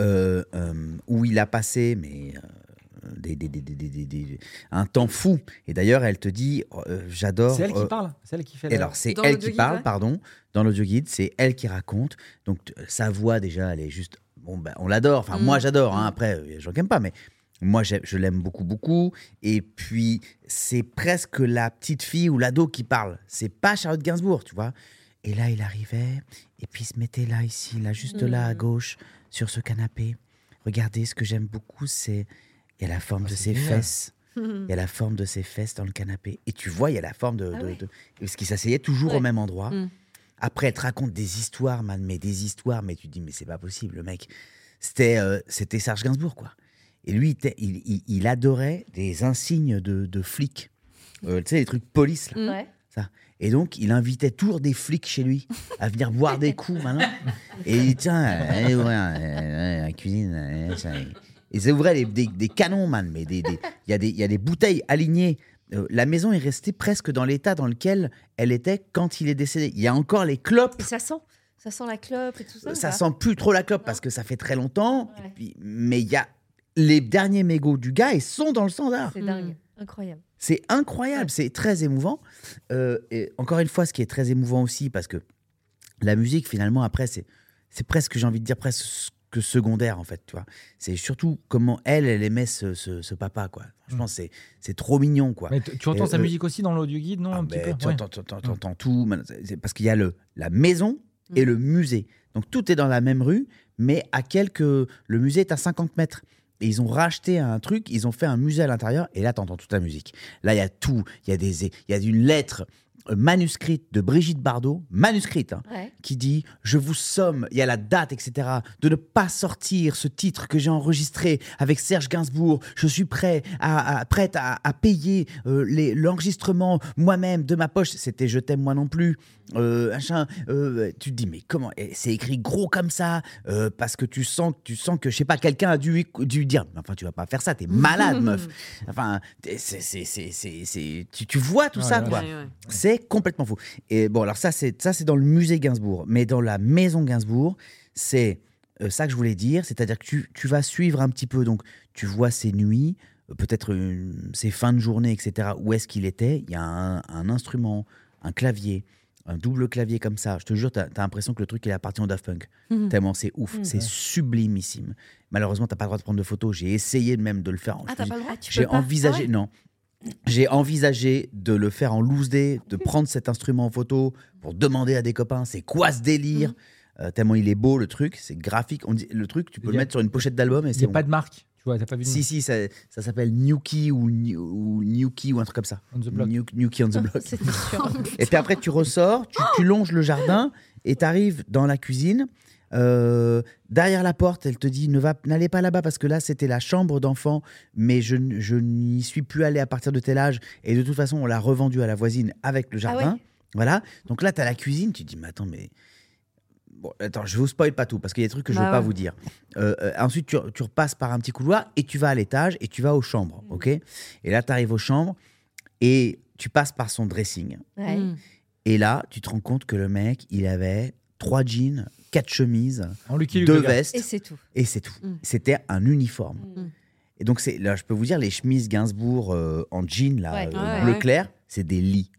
euh, euh, où il a passé mais euh, des, des- des- des- des- des- des- un temps fou. Et d'ailleurs, elle te dit, euh, j'adore.
C'est elle qui
euh,
parle. C'est elle qui fait.
et
la-
alors, c'est
Dans
elle
l'audio
qui
guide,
parle,
ouais.
pardon, dans l'audio guide, c'est elle qui raconte. Donc, t- sa voix, déjà, elle est juste. Bon, ben, on l'adore. Enfin,
Mm.
moi, j'adore. hein.
Mm.
Après, il y a des gens qui n'aiment pas, mais moi, j'ai- je l'aime beaucoup, beaucoup. Et puis, c'est presque la petite fille ou l'ado qui parle. C'est pas Charlotte Gainsbourg, tu vois. Et là, il arrivait, et puis il se mettait là, ici, là, juste là,
Mm.
à gauche, sur ce canapé. Regardez, ce que j'aime beaucoup, c'est. Il y a la forme
Oh,
Ah,
de
c'est
ses
génial.
fesses. Il y a la forme de ses fesses dans le canapé. Et tu vois, il y a la forme de.
Ah
de-
ouais.
de- Parce qu'il s'asseyait toujours au
Ouais.
même endroit.
Mm.
Après, elle te raconte des histoires, man, mais des histoires, mais tu te dis, mais c'est pas possible, le mec. C'était euh, c'était Serge Gainsbourg, quoi. Et lui, il était- il, il- il adorait des insignes de, de flics. Euh, tu sais, les trucs police, là.
Mm.
Ouais.
Et donc, il invitait toujours des flics chez lui à venir boire des coups, maintenant. Et il dit, tiens, allez ouvrir euh, euh, la cuisine. euh, ça. Et ça ouvrait les- des, des canons, man. Mais des- des- il y, a des- il y a des bouteilles alignées. Euh, la maison est restée presque dans l'état dans lequel elle était quand il est décédé. Il y a encore les clopes.
Et ça sent Ça sent la clope et tout ça
Euh,
ou
Ça
pas
sent plus trop la clope parce que ça fait très longtemps.
Ouais.
Et puis- mais il y a les derniers mégots du gars, ils sont dans le standard.
C'est dingue. Incroyable.
C'est incroyable, c'est très émouvant. Euh, et encore une fois, ce qui est très émouvant aussi, parce que la musique, finalement, après, c'est, c'est presque, j'ai envie de dire, presque secondaire, en fait, tu vois. C'est surtout comment elle, elle aimait ce, ce- ce papa, quoi. Je
Mm.
pense que c'est, c'est trop mignon, quoi.
Mais t- tu entends
Et,
sa
euh,
musique aussi dans l'audio guide, non
Ah,
un petit
mais
peu
tu
Ouais. Mm.
entends- t'entends- t'entends tout, man- c'est- c'est parce qu'il y a le, la maison et le musée. Donc tout est dans la même rue, mais à quelques... Le musée est à 50 mètres. Et ils ont racheté un truc, ils ont fait un musée à l'intérieur, et là, t'entends toute la musique. Là, il y a tout. Il y a, des, il y a une lettre euh, manuscrite de Brigitte Bardot, manuscrite, hein,
Ouais.
qui dit Je vous somme, il y a la date, etc., de ne pas sortir ce titre que j'ai enregistré avec Serge Gainsbourg. Je suis prêt à, à- prête à, à payer euh, les- l'enregistrement moi-même de ma poche. C'était Je t'aime moi non plus. Euh, machin. Euh, tu te dis Mais comment Et C'est écrit gros comme ça euh, parce que tu sens, tu sens que, je sais pas, quelqu'un a dû, éc- dû dire Mais enfin, tu vas pas faire ça, t'es malade, meuf. Enfin, t'es- c'est- c'est- c'est- c'est- c'est- tu, tu vois tout
Ouais,
ça,
ouais,
quoi.
Ouais, ouais.
C'est complètement fou. Et bon, alors ça, c'est ça, c'est dans le musée Gainsbourg, mais dans la maison Gainsbourg, c'est euh, ça que je voulais dire, c'est-à-dire que tu, tu vas suivre un petit peu, donc tu vois ses nuits, euh, peut-être euh, ses fins de journée, etc. Où est-ce qu'il était Il y a un, un instrument, un clavier, un double clavier comme ça. Je te jure, t'as as, l'impression que le truc il appartient au Daft Punk.
Mhm.
Tellement c'est ouf, c'est sublimissime. Malheureusement, t'as pas le droit de prendre de photos. J'ai essayé même de le faire. Je
Ah,
me
t'as
dis,
pas le droit
J'ai envisagé, non. j'ai envisagé de le faire en loose day, de prendre cet instrument en photo pour demander à des copains c'est quoi ce délire Euh, Tellement il est beau le truc, c'est graphique. On dit, le truc, tu peux
Il y
le
a-
mettre sur une pochette d'album et
Il n'y
c'est
a
bon.
pas de marque. Tu vois, t'as pas vu de
Si,
marque
si, ça, ça s'appelle Newkey ou, New- ou Newkey ou un truc comme ça.
on the block.
New- Newkey on the block.
C'était sûr.
Et puis après, tu ressors, tu, tu longes le jardin et tu arrives dans la cuisine. Euh, derrière la porte, elle te dit ne va, n'allez pas là-bas parce que là, c'était la chambre d'enfant, mais je, n- je n'y suis plus allé à partir de tel âge. Et de toute façon, on l'a revendu à la voisine avec
Ah
le jardin.
ouais
Voilà. Donc là, tu as la cuisine, tu te dis mais attends, mais. Bon, attends, je vous spoil pas tout parce qu'il y a des trucs que je
Bah
veux pas
ouais.
vous dire. Euh, euh, ensuite, tu, tu repasses par un petit couloir et tu vas à l'étage et tu vas aux chambres,
Mmh.
ok Et là, tu arrives aux chambres et tu passes par son dressing.
Ouais.
Mm.
Et là, tu te rends compte que le mec, il avait trois jeans, quatre chemises,
En Lucky Luke,
deux
le gars.
vestes
Et c'est tout.
et c'est tout.
Mm.
C'était un uniforme.
Mm.
Et donc c'est là, je peux vous dire, les chemises Gainsbourg euh, en jean là,
Ouais.
euh,
Ouais,
bleu
ouais.
clair, c'est des lits,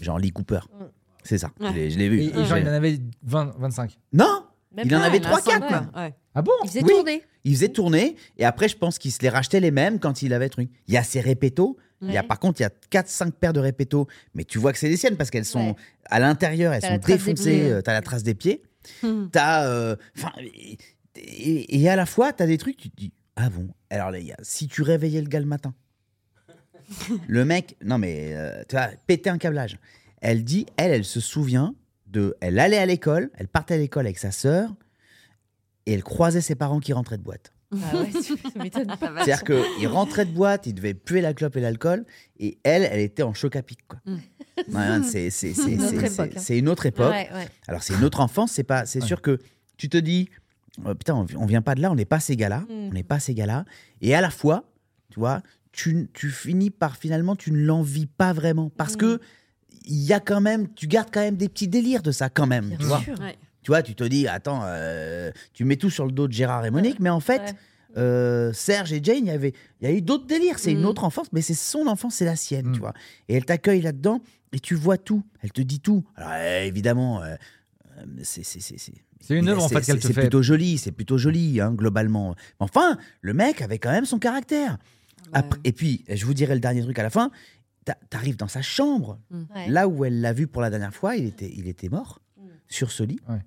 genre lit Cooper.
Mm.
C'est ça.
Ouais.
Je l'ai- Je l'ai vu.
Et, et genre,
Je-
il en avait 20, 25.
Non,
Même
Il en
pas,
avait
a
trois,
cinq,
quatre,
ouais.
Ouais.
Ah bon
Il faisait
Oui.
tourner.
il faisait tourner et après je pense qu'il se les rachetait les mêmes quand il avait truc. Il y a ses répétos. Il y a,
Ouais.
par contre, il y a 4-5 paires de répétos, mais tu vois que c'est les siennes parce qu'elles sont
Ouais.
à l'intérieur, elles
T'as
sont
la trace des pieds. Hum.
défoncées, euh, t'as la trace des pieds.
Mm.
t'as euh, enfin et, et- et à la fois t'as des trucs tu te dis ah bon alors les gars si tu réveillais le gars le matin le mec non mais euh, tu vas péter un câblage elle dit elle elle se souvient de elle allait à l'école elle partait à l'école avec sa sœur et elle croisait ses parents qui rentraient de boîte
Ah ouais, tu- ça m'étonne pas.
c'est-à-dire qu'ils rentraient de boîte, ils devaient puer la clope et l'alcool, et elle, elle était en choc à pic. quoi.
Mm.
Non, non, c'est- c'est- c'est-
Hum. Une autre
c'est-
époque,
c'est-
hein.
C'est une autre époque.
Ouais, ouais.
Alors c'est une autre enfance, c'est pas, c'est sûr que tu te dis, euh, putain, on, vi- on vient pas de là, on n'est pas ces gars-là,
Mm.
on n'est pas ces gars-là, et à la fois, tu vois, tu, n- tu finis par finalement, tu ne l'envies pas vraiment, parce
Mm.
que il y a quand même, tu gardes quand même des petits délires de ça quand même, tu vois.
Bien sûr.
Ouais.
Tu vois, tu te dis, attends, euh, tu mets tout sur le dos de Gérard et Monique, mais en fait.
Ouais.
euh, Serge et Jane, il y avait, il y a eu d'autres délires. C'est une
Mm.
autre enfance, mais c'est son enfance, c'est la sienne,
Mm.
tu vois. Et elle t'accueille là-dedans et tu vois tout. Elle te dit tout. Alors euh, évidemment, euh, euh, c'est c'est- c'est- c'est-
C'est une œuvre en
c'est-
fait qu'elle
c'est-
te
C'est
fait.
plutôt joli, c'est plutôt joli, hein, globalement. Mais enfin, le mec avait quand même son caractère. Après- et puis, je vous dirai le dernier truc à la fin. T'a- T'arrives dans sa chambre,
Ouais.
là où elle l'a vu pour la dernière fois, il était, il était mort sur ce lit.
Ouais.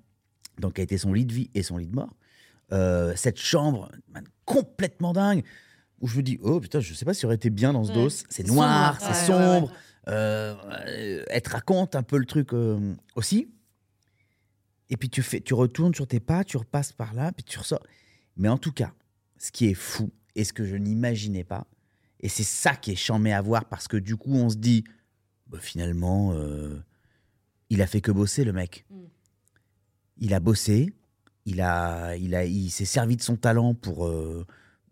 Donc, a été son lit de vie et son lit de mort. Euh, cette chambre man, complètement dingue, où je me dis, oh putain, je sais pas si aurait été bien dans ce dos. C'est noir,
Mm. sombre,
c'est
ouais, ouais,
sombre. Euh, euh, elle te raconte un peu le truc euh, aussi. Et puis tu, fais, tu retournes sur tes pas, tu repasses par là, puis tu ressors. Mais en tout cas, ce qui est fou et ce que je n'imaginais pas, et c'est ça qui est chambé à voir parce que du coup, on se dit, bah, finalement, euh, il a fait que bosser le mec. Il a bossé, il, a, il, a, il s'est servi de son talent pour. euh,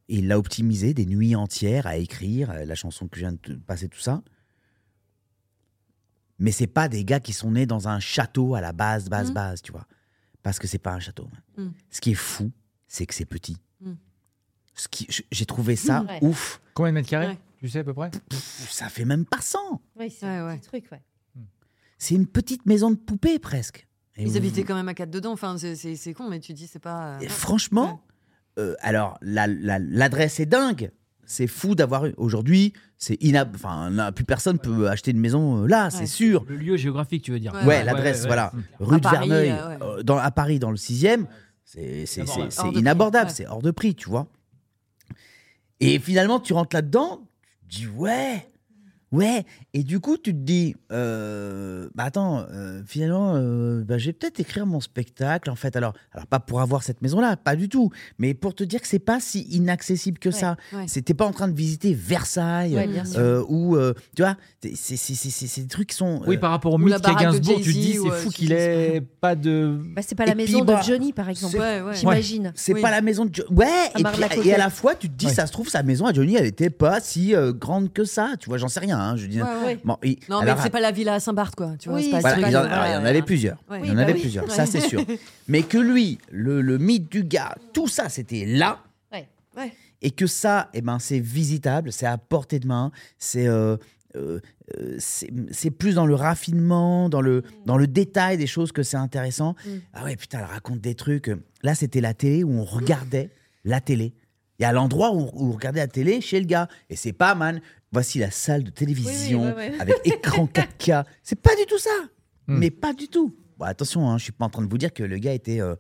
et il l'a optimisé des nuits entières à écrire euh, la chanson que je viens de te passer, tout ça. Mais c'est pas des gars qui sont nés dans un château à la base, base,
Mhm.
base, tu vois. Parce que c'est pas un château.
Mhm.
Ce qui est fou, c'est que c'est petit.
Mhm.
Ce qui, je- j'ai trouvé ça
Ouais.
ouf.
Combien de mètres carrés
Ouais.
Tu sais à peu près
Pff, Ça fait même pas 100.
Oui, c'est
Ouais,
un
ouais.
petit truc, ouais.
C'est une petite maison de poupée presque. Et
Ils
vous-
habitaient quand même à 4 dedans. Enfin, c'est- c'est c'est con, mais tu dis, c'est pas. euh,
Et franchement, euh, alors la- la- l'adresse est dingue. C'est fou d'avoir eu. Aujourd'hui, c'est inab. Enfin, là, plus personne peut acheter une maison euh, là, c'est
Ouais.
sûr.
Le lieu géographique, tu veux dire.
Ouais,
Ouais, l'adresse, voilà. Rue de
Paris,
Verneuil,
euh, ouais.
euh, dans, à Paris, dans le 6e, c'est c'est- c'est-
Inabordable.
c'est
Hors de prix,
inabordable,
ouais.
c'est hors de prix, tu vois. Et finalement, tu rentres là-dedans, tu te dis ouais, ouais. Et du coup, tu te dis, euh, bah attends, euh, finalement, euh, bah, je vais peut-être écrire mon spectacle, en fait. Alors, alors pas pour avoir cette maison-là, pas du tout, mais pour te dire que c'est pas si inaccessible que
Ouais,
ça.
ouais.
C'était pas en train de visiter Versailles.
Ouais, bien sûr.
euh, ou euh, tu vois c'est- c'est c'est- c'est- c'est des trucs qui sont
Oui,
euh,
par rapport au
Ou la
mythe qu'est
baraque de
Gainsbourg, tu te dis
Jay-Z,
c'est
ou,
fou
euh,
qu'il
je
ait pas de.
Bah, c'est pas la
Et puis,
maison de
bah,
Johnny, par exemple.
Ouais, ouais.
J'imagine.
C'est
Oui.
pas la maison de Jo- Ouais, et,
Marne
puis-
la
et
Côté.
à la fois, tu te dis,
Ouais.
ça se trouve, sa maison à Johnny, elle était pas si euh, grande que ça. Tu vois, j'en sais rien. hein, je dis.
Ouais, ouais.
Bon, et-
Non,
alors, euh,
mais c'est pas la villa à Saint-Barth, quoi. Tu vois,
Oui,
c'est pas-
voilà,
c'est pas
il, en,
le-
alors, il y en avait plusieurs.
Ouais.
Il
Oui,
y en
bah
avait
oui.
plusieurs,
Ouais.
ça c'est sûr. Mais que lui, le, le mythe du gars, tout ça, c'était là.
Ouais.
Ouais.
Et que ça, eh ben, c'est visitable, c'est à portée de main, c'est. euh, euh, euh, c'est c'est plus dans le raffinement, dans le,
Mm.
dans le détail des choses que c'est intéressant. Ah ouais, putain, elle raconte des trucs. Là, c'était la télé où on regardait la télé. Il y a l'endroit où, où vous regardez la télé chez le gars. Et c'est pas, man. Voici la salle de télévision
Oui, oui, ouais, ouais.
avec écran 4K. C'est pas du tout ça.
Hmm.
Mais pas du tout. Bon, attention, hein, je suis pas en train de vous dire que le gars était euh,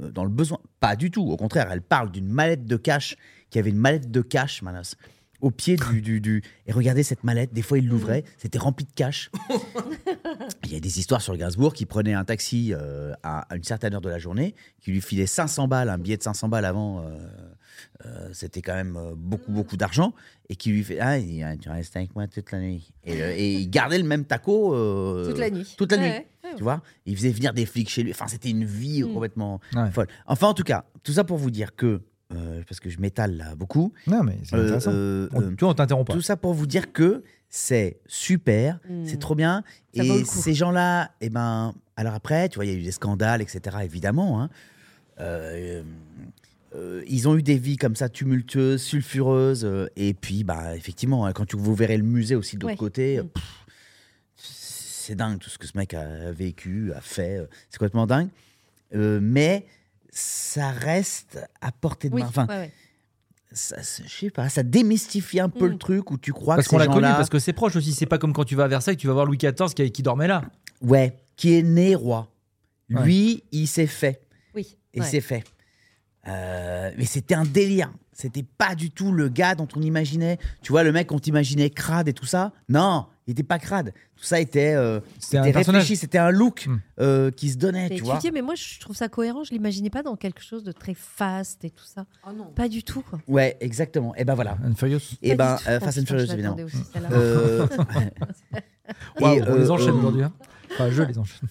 euh, dans le besoin. Pas du tout. Au contraire, elle parle d'une mallette de cash, qui avait une mallette de cash, Manos, au pied du, du, du- Et regardez cette mallette, des fois il l'ouvrait, c'était rempli de cash. il y a des histoires sur Gainsbourg qui prenait un taxi euh, à, à une certaine heure de la journée, qui lui filait 500 balles, un billet de 500 balles avant, euh, euh, c'était quand même euh, beaucoup, beaucoup d'argent, et qui lui fait Ah, il dit, Ah, tu restes avec moi toute la nuit. Et, le- et il gardait le même taco. euh,
Toute la nuit.
Toute la
Ouais,
nuit.
ouais, ouais. Mm.
Tu vois Il faisait venir des flics chez lui. Enfin, c'était une vie complètement
Ouais.
folle. Enfin, en tout cas, tout ça pour vous dire que, euh, parce que je m'étale là beaucoup,
Non, mais c'est
Euh,
intéressant.
euh,
On-
euh,
toi, on t'interrompt pas.
tout ça pour vous dire que c'est super,
Mm.
c'est trop bien.
Ça vaut
et
le coup.
ces gens-là, eh ben, alors après, tu vois, il y a eu des scandales, etc., évidemment. hein. Euh, euh, ils ont eu des vies comme ça tumultueuses, sulfureuses. euh, et puis, bah, effectivement, hein, quand tu, vous verrez le musée aussi de l'autre
Ouais.
côté,
Hmm.
euh,
Mm.
pff, c'est dingue tout ce que ce mec a vécu, a fait. euh, C'est complètement dingue. Euh, mais ça reste à portée de
Oui,
main. Enfin,
ouais, ouais.
ça, se- je sais pas, ça démystifie un peu
Mm.
le truc où tu crois
Parce
que
qu'on l'a
ces
connu,
gens-là-
parce que c'est proche aussi. C'est pas comme quand tu vas à Versailles, tu vas voir Louis XIV qui, qui dormait là.
Ouais, qui est né roi.
Ouais.
Lui, il s'est fait.
Oui.
Il
ouais.
s'est fait. Euh, mais c'était un délire. C'était pas du tout le gars dont on imaginait. Tu vois, le mec qu'on t'imaginait crade et tout ça. Non, il était pas crade. Tout ça était, euh,
C'était un
était
personnage.
réfléchi. C'était un look
Hmm.
euh, qui se donnait,
T'as
tu vois.
étudié, mais moi je trouve ça cohérent. Je l'imaginais pas dans quelque chose de très faste et tout ça.
Oh non.
Pas du tout. Quoi.
Ouais, exactement. Et ben voilà.
And Furious.
Et
Pas
ben,
du tout.
euh,
Oh,
Fast and
putain,
Furious,
je
évidemment.
l'attendais aussi, celle-là.
Euh, et,
Waouh, on les
euh,
enchaîne
euh,
aujourd'hui. hein. Enfin, je les enchaîne.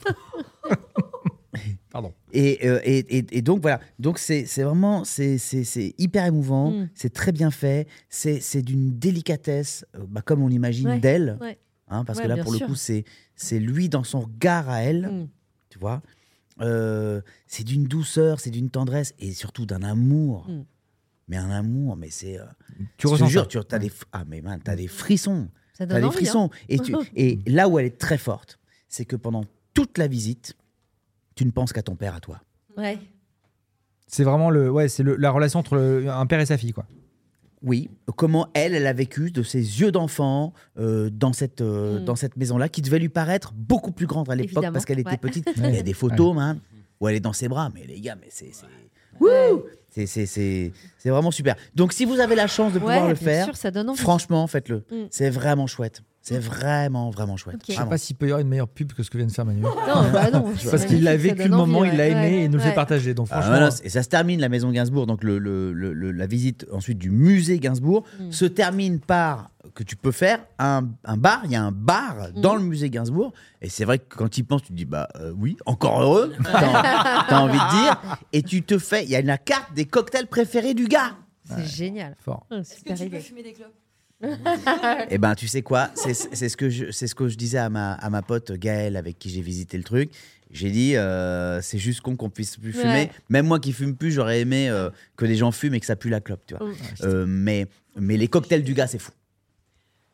Pardon.
Et, euh, et, et- et donc voilà, donc c'est c'est vraiment c'est c'est- c'est hyper émouvant,
Mm.
c'est très bien fait, c'est c'est d'une délicatesse, euh, bah, comme on imagine
Ouais,
d'elle,
ouais.
hein, parce
Ouais,
que là
bien
pour
sûr.
le coup c'est c'est lui dans son regard à elle,
Mm.
tu vois. Euh, c'est d'une douceur, c'est d'une tendresse et surtout d'un amour.
Mm.
Mais un amour, mais c'est. euh,
Tu
je te
ressens
jure,
ça. Mm.
tu as des f- ah mais man, t'as des frissons.
Ça
T'as
donne
des
envie. hein.
frissons. Et, tu, et là où elle est très forte, c'est que pendant toute la visite, tu ne penses qu'à ton père, à toi.
Ouais.
C'est vraiment le, ouais, c'est le- la relation entre le- un père et sa fille, quoi.
Oui, comment elle, elle a vécu de ses yeux d'enfant euh, dans cette, euh,
Mm.
dans cette maison-là, qui devait lui paraître beaucoup plus grande à l'époque
Évidemment,
parce qu'elle était
ouais.
petite. Il y a des photos, man, où elle est dans ses bras. Mais les gars, mais c'est. c'est- Wouh C'est- c'est- C'est c'est vraiment super. Donc, si vous avez la chance de pouvoir
Ouais,
le
bien
faire,
sûr, ça donne envie.
franchement, faites-le.
Mm.
C'est vraiment chouette. C'est vraiment, vraiment chouette.
Ok.
Je sais
Vraiment.
pas s'il peut y avoir une meilleure pub que ce que vient de faire Manu.
Non, bah non, c'est
Parce
magnifique,
qu'il l'a
ça
vécu
donne
le moment,
envie,
il l'a
ouais.
aimé et il nous le
Ouais.
fait partager. Donc
Ah,
franchement,
voilà, et ça se termine la maison Gainsbourg, donc le, le- le- le- la visite ensuite du musée Gainsbourg se termine par que tu peux faire un, un bar. Il y a un bar dans le musée Gainsbourg, et c'est vrai que quand tu y penses, tu te dis bah euh, oui, encore heureux, t'as t'as envie de dire, et tu te fais. Il y a la carte des cocktails préférés du gars.
C'est génial.
fort.
Hum,
Est-ce que
Super
tu peux
idée.
fumer des clopes
Eh ben, tu sais quoi C'est c'est ce que je, c'est ce que je disais à ma, à ma pote Gaëlle avec qui j'ai visité le truc. J'ai dit, euh, c'est juste con qu'on puisse plus fumer.
Ouais.
Même moi qui fume plus, j'aurais aimé euh, que les gens fument et que ça pue la clope, tu vois.
Mm.
Euh, mais, mais les cocktails du gars, c'est fou.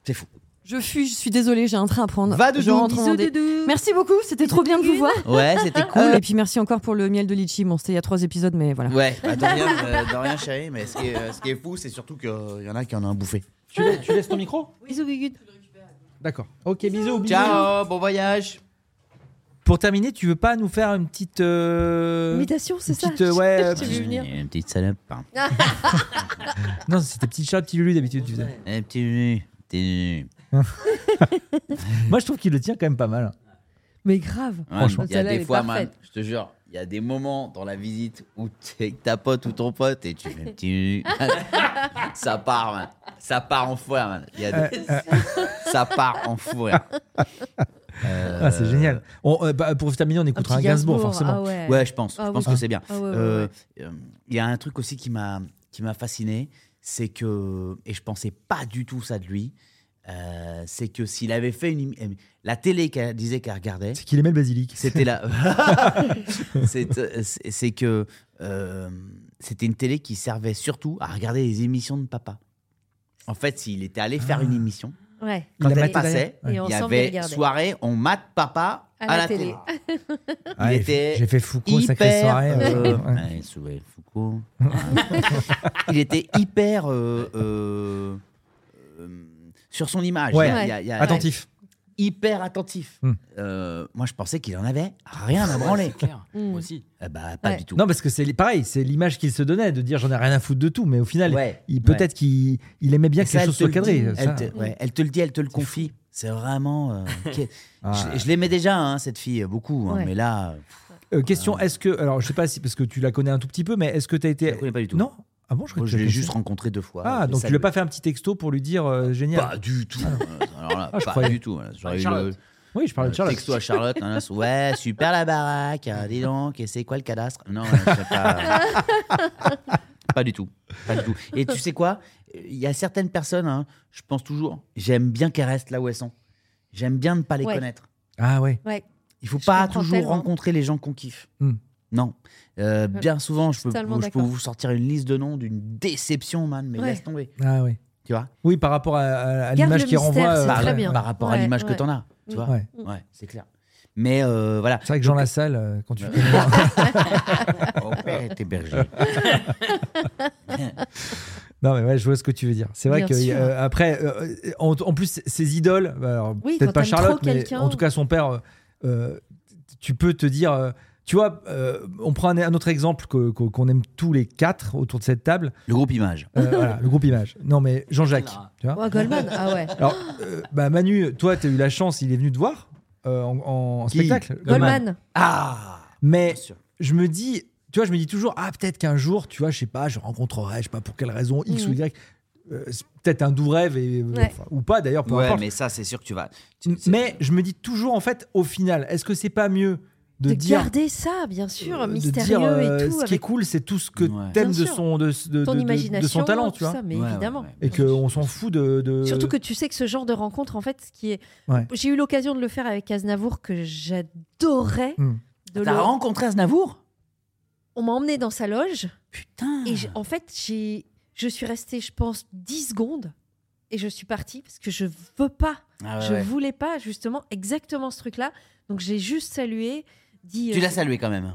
C'est fou.
Je fuis, je suis désolée, j'ai un train à prendre.
Va
de
doudou. Bisous,
Merci beaucoup, c'était trop bien de vous voir.
Ouais, c'était cool.
Euh, et puis merci encore pour le miel de litchi. Bon, c'était il y a trois épisodes, mais voilà.
Ouais, bah, de rien, euh, de rien, chérie. Mais ce qui est, euh, ce qui est fou, c'est surtout qu'il y en a qui en ont bouffé.
Tu, laisses ton micro
Bisous, Gugu.
D'accord. Ok, bisous. bisous.
Ciao, bon voyage.
Pour terminer, tu veux pas nous faire une petite. euh,
Imitation, c'est
une
ça
petite, euh, ouais,
Je t'ai vu venir.
Une petite salope. hein.
Non, c'était petite chat, petit Lulu d'habitude. tu faisais.
Un petit nu, petit nu.
Moi, je trouve qu'il le tient quand même pas mal.
Mais grave.
Ouais,
Franchement.
il y a
Celle-là, elle
des
est
fois, man,
parfaite.
je te jure, il y a des moments dans la visite où t'es avec ta pote ou ton pote et tu fais un petit nu. ça part, man. Ça part en foire, man. Il y a des-
Euh,
ça part en foire.
Ah, c'est génial. On, euh, bah, pour terminer, on écoutera un
petit
Gainsbourg,
Gainsbourg,
forcément.
Ah ouais.
Ouais, je pense.
Ah
je
oui.
pense
Ah.
que c'est bien.
Ah ouais, ouais,
Euh, euh, Il y a un truc aussi qui m'a qui m'a fasciné, c'est que et je pensais pas du tout ça de lui. euh, c'est que s'il avait fait une émi- la télé qu'elle disait qu'elle regardait,
C'est qu'il aimait le basilic.
c'était la c'est euh, c'est- c'est que euh, c'était une télé qui servait surtout à regarder les émissions de papa. En fait, s'il était allé faire une émission,
Ouais.
Ah. Il
quand
a
elle
maté
passait,
derrière.
Et
il y
ensemble, ils
avait
regardaient.
soirée, on mate papa,
à,
à
la,
la
télé.
télé.
Ouais,
Il était
J'ai fait Foucault, sacrée
hyper.
soirée. euh,
euh,
ouais.
ouais, Souhait Foucault. il était hyper euh, euh, euh, sur son image.
Ouais.
Il y a- il y a- il y a-
Attentif.
Hyper attentif.
Hmm.
Euh, moi, je pensais qu'il en avait rien à branler.
Mm.
Moi aussi.
Eh bah, pas
Ouais.
du tout.
Non, parce que c'est li- pareil, c'est l'image qu'il se donnait de dire j'en ai rien à foutre de tout, mais au final,
Ouais,
il-
ouais.
peut-être qu'il il aimait bien que
Ça,
les
elle
choses
te
soient
le dit,
cadrées. ça.
Elle, te, ouais, elle te le dit, elle te le confie. C'est vraiment. euh, qui-
Ah.
je, je l'aimais déjà, hein, cette fille, beaucoup. hein,
Ouais.
Mais là,
Euh,
Ah.
question est-ce que, alors je sais pas si, parce que tu la connais un tout petit peu, mais est-ce que tu as
je
été.
la connais pas du tout.
Non Ah bon, je crois
Moi,
que
je
tu la
l'ai juste
connaissais.
rencontrée deux fois.
Ah,
Je
donc tu l'as
savais.
pas fait un petit texto pour lui dire
Bah,
euh, génial
Pas du tout. Euh, Alors là,
Ah, je
pas
croyais.
du tout. J'aurais eu le,
Charlotte.
Oui, je parlais de Charles.
le Euh, texto à Charlotte. hein, là, ouais, super la baraque. hein, dis donc, et c'est quoi le cadastre Non, je sais pas. pas du tout. Pas du tout. Et tu sais quoi Il y a certaines personnes, hein, je pense toujours, j'aime bien qu'elles restent là où elles sont. J'aime bien ne pas les
Ouais.
connaître.
Ah ouais.
Ouais.
Il faut
Je
pas
comprends
toujours
tellement.
rencontrer les gens qu'on kiffe.
Hmm.
Non. Euh, bien souvent, je peux,
totalement
je peux
d'accord.
vous sortir une liste de noms d'une déception, man, mais
Ouais.
laisse tomber.
Ah ouais.
Tu vois
Oui, par rapport à, à- à
Garde
l'image
le
qui renvoie.
mystère, c'est
euh,
par,
très
ouais.
bien.
par rapport à
Ouais,
l'image
ouais. Mm.
que t'en as. Tu vois
Ouais.
Ouais, c'est clair. Mais euh, voilà.
C'est vrai que Jean Lassalle, euh, quand tu connais-
Ouais. Mon père était berger.
Non, mais ouais, je vois ce que tu veux dire. C'est vrai
Bien
que
sûr.
euh, après, euh, en, en plus, ses idoles, bah, alors,
Oui,
peut-être
quand
pas
t'aimes
Charlotte,
trop
mais
quelqu'un.
en tout cas son père, euh, euh, tu peux te dire. euh, tu vois, euh, on prend un, un autre exemple que- que- qu'on aime tous les quatre autour de cette table,
Le groupe image.
Euh, voilà, le groupe Image. Non, mais Jean-Jacques,
Là.
tu vois.
Oh, Goldman, ah ouais.
Alors, euh, bah, Manu, toi, tu as eu la chance, il est venu te voir euh, en, en
Qui
spectacle.
Goldman.
Ah
Mais
Bien sûr.
je me dis, tu vois, je me dis toujours, ah, peut-être qu'un jour, tu vois, je sais pas, je rencontrerai, je sais pas pour quelle raison, X
Mhm.
ou Y. Euh, c'est peut-être un doux rêve, et, euh,
Ouais.
enfin, ou pas d'ailleurs, peu
Ouais,
importe.
mais ça, c'est sûr que tu vas. tu-
Mais,
c'est-
je me dis toujours, en fait, au final, est-ce que c'est pas mieux de,
De,
dire.
garder ça, bien sûr,
euh, de
mystérieux
dire,
et
euh,
tout,
Ce qui est
avec
cool, c'est tout ce que
Ouais.
t'aimes
Bien
de
sûr.
son, de, de-
ton
de- de-
imagination,
de son talent,
tout
tu vois.
ça, mais
Ouais, ouais,
évidemment.
ouais.
Et qu'on s'en fout de, de-
Surtout que tu sais que ce genre de rencontre, en fait, ce qui est,
Euh. Ouais.
j'ai eu l'occasion de le faire avec Aznavour que j'adorais.
Hmm.
De
T'as
le-
rencontré Aznavour
On m'a emmené dans sa loge
Putain
et j'ai- en fait, j'ai, je suis restée, je pense, 10 secondes et je suis partie parce que je veux pas,
Ah ouais,
je
ouais.
voulais pas justement exactement ce truc-là. Donc j'ai juste salué, dit.
Tu
euh,
l'as salué quand même.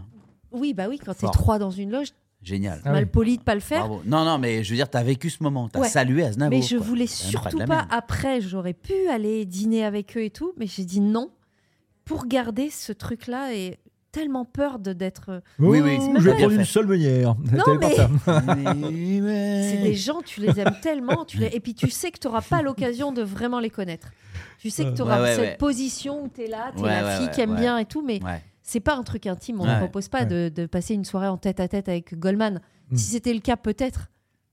Oui, bah oui, quand t'es
Fort.
trois dans une loge,
Génial.
Ah oui.
mal poli de pas le faire.
Bravo. Non, non, mais je veux dire, t'as vécu ce moment. T'as
Ouais.
salué Aznavour.
Mais je
Ah quoi.
voulais
C'est quand même
surtout
de la
pas
merde.
après. J'aurais pu aller dîner avec eux et tout, mais j'ai dit non pour garder ce truc-là et tellement peur de d'être. euh,
Oui, oui,
Ouh,
c'est
je vais
bien
prendre
fait.
une seule meunière. T'avais pas
mais-
ça.
C'est des gens, tu les aimes tellement, tu les- et puis tu sais que tu n'auras pas l'occasion de vraiment les connaître. Tu sais que tu auras
Ouais, ouais,
cette
ouais.
position où tu es là, tu es
Ouais,
la
ouais,
fille
ouais,
qui aime
ouais.
bien et tout, mais
Ouais.
c'est pas un truc intime. On
Ouais. Hmm.
ne propose pas de, de passer une soirée en tête à tête avec Goldman.
Mm.
Si c'était le cas, peut-être,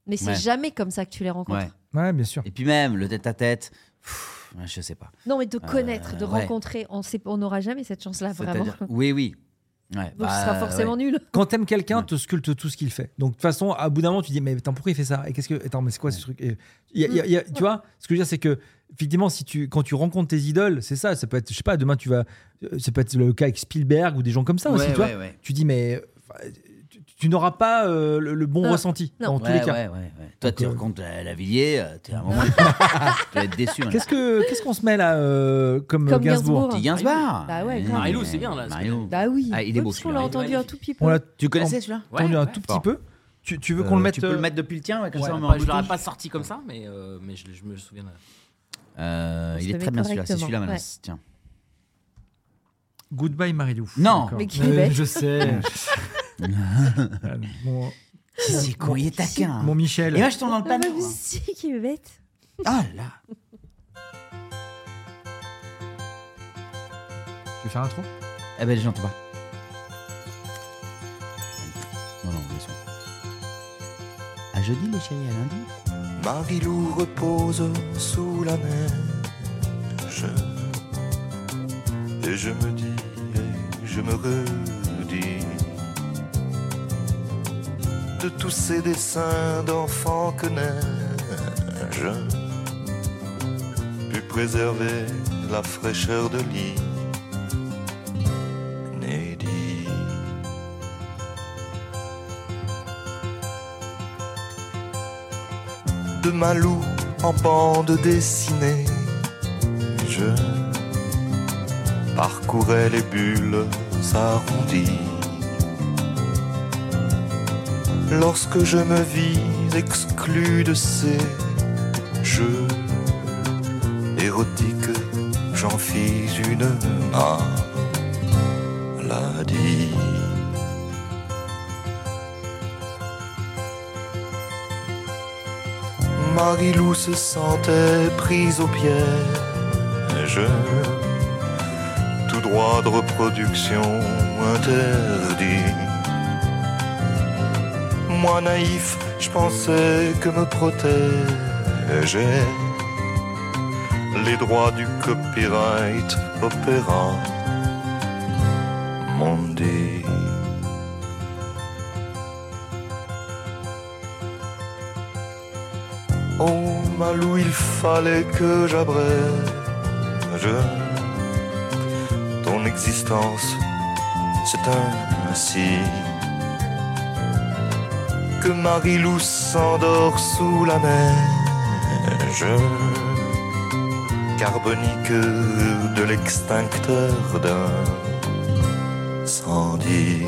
mais c'est
Ouais.
jamais comme ça que tu les rencontres.
Ouais.
Ouais, bien sûr.
Et puis même, le tête-à-tête, pff, je sais pas.
Non, mais de connaître, de
Euh, ouais.
rencontrer, on sait- on n'aura jamais cette chance-là, vraiment.
C'est-à-dire- Oui, oui. Bah, Ouais,
Donc ce sera forcément nul.
Quand t'aimes quelqu'un,
Ouais.
te sculpte tout ce qu'il fait. Donc de toute façon, à bout d'un moment, tu dis mais attends pourquoi il fait ça Et qu'est-ce que attends mais c'est quoi ce truc Et il y a- il y a- il y a- Tu vois Ce que je veux dire, c'est que effectivement, si tu quand tu rencontres tes idoles, c'est ça. Ça peut être je sais pas demain tu vas euh, ça peut être le cas avec Spielberg ou des gens comme ça aussi. Tu, vois tu dis mais enfin, tu, tu n'auras pas euh, le, le bon
Non.
ressenti
Non.
dans tous les cas.
Toi,
Donc,
tu
euh,
rencontres la, la Villiers, euh, t'es à un moment. tu vas être déçu. hein.
Qu'est-ce que qu'est-ce qu'on se met là euh, comme,
Comme Gainsbourg.
Gainsbourg,
Petit Gainsbourg
Bah ouais,
Eh,
grave.
Marilou, c'est bien, là, ce
Marilou.
Bah oui.
Ah, il est beau,
parce qu'on l'a
celui-là.
Il est
entendu un
magnifique.
tout Ah, petit peu.
On l'a
Tu connaissais celui-là
Ouais,
tendu un
ouais.
tout petit
fort.
peu. Tu, tu veux qu'on le
Euh,
mette
Tu peux le
euh,
mettre depuis le tien, ouais, comme
Ouais,
ça on met
bah,
en
je l'aurais
bouton.
pas sorti comme ça, mais, euh, mais je, je me souviens.
Euh,
On se
Il est
le
très
met
bien celui-là, c'est
correctement,
celui-là,
ouais.
Manas. Tiens.
Goodbye Marilou.
Non.
D'accord. Euh,
Mais qui est bête.
Je sais. je sais. Euh, bon,
C'est con, il est taquin. hein.
mon Michel.
Et moi, je tombe dans le
Ah, mais
panneau. hein.
si, qui est bête.
Ah là
Tu veux faire un trou
Eh ben, j'entends pas. Non, non, le son. À jeudi, les chéris, à lundi.
Marilou repose sous la neige. Et je me dis, et je me redis de tous ces dessins d'enfants que neige put préserver la fraîcheur de l'inédit. de ma loup en bande dessinée. Je parcourait les bulles arrondies. Lorsque je me vis exclu de ces jeux érotiques, j'en fis une maladie. Marie-Lou se sentait prise au piège tout droit de reproduction interdit. Moi naïf, je pensais que me protégeaient les droits du copyright opéra Mundi. Oh Malou, il fallait que j'abrège ton existence, c'est ainsi que Marie-Lou s'endort sous la neige carbonique de l'extincteur d'incendie.